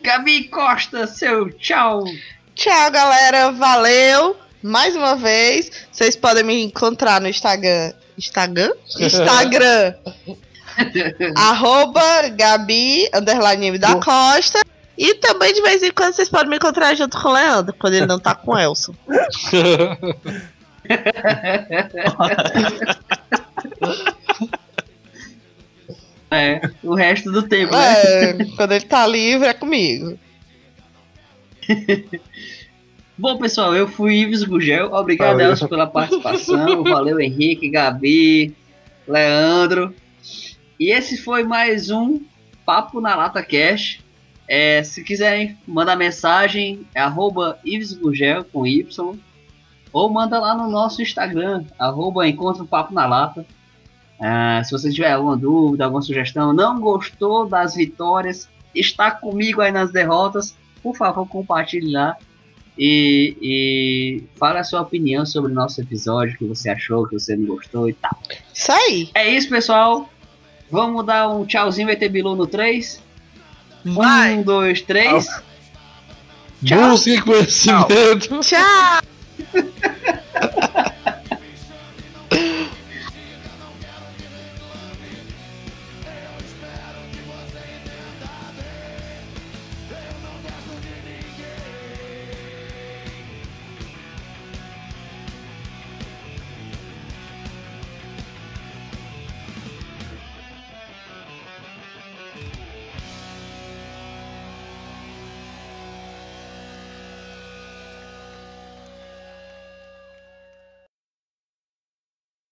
Speaker 1: Gabi Costa, seu tchau.
Speaker 2: Tchau, galera. Valeu. Mais uma vez. Vocês podem me encontrar no Instagram. Instagram? Instagram. arroba Gabi, underline M da Costa. E também de vez em quando vocês podem me encontrar junto com o Leandro, quando ele não tá com o Elson.
Speaker 1: É, o resto do tempo, né?
Speaker 2: É, quando ele tá livre é comigo.
Speaker 1: Bom, pessoal, eu fui Ives Gugel. Obrigado, Elcio, pela participação. Valeu, Henrique, Gabi, Leandro. E esse foi mais um Papo na Lata Cash. É, se quiserem mandar mensagem, é arroba Ives Gugel, com Y. Ou manda lá no nosso Instagram, arroba Encontro Papo na Lata. Ah, se você tiver alguma dúvida, alguma sugestão, não gostou das vitórias, está comigo aí nas derrotas, por favor, compartilhe lá e, e fala a sua opinião sobre o nosso episódio, o que você achou, o que você não gostou e tal.
Speaker 2: Isso aí.
Speaker 1: É isso, pessoal. Vamos dar um tchauzinho, vai ter Bilu no 3.
Speaker 2: Vai.
Speaker 1: Um, dois, três.
Speaker 3: Busque conhecimento.
Speaker 2: Tchau.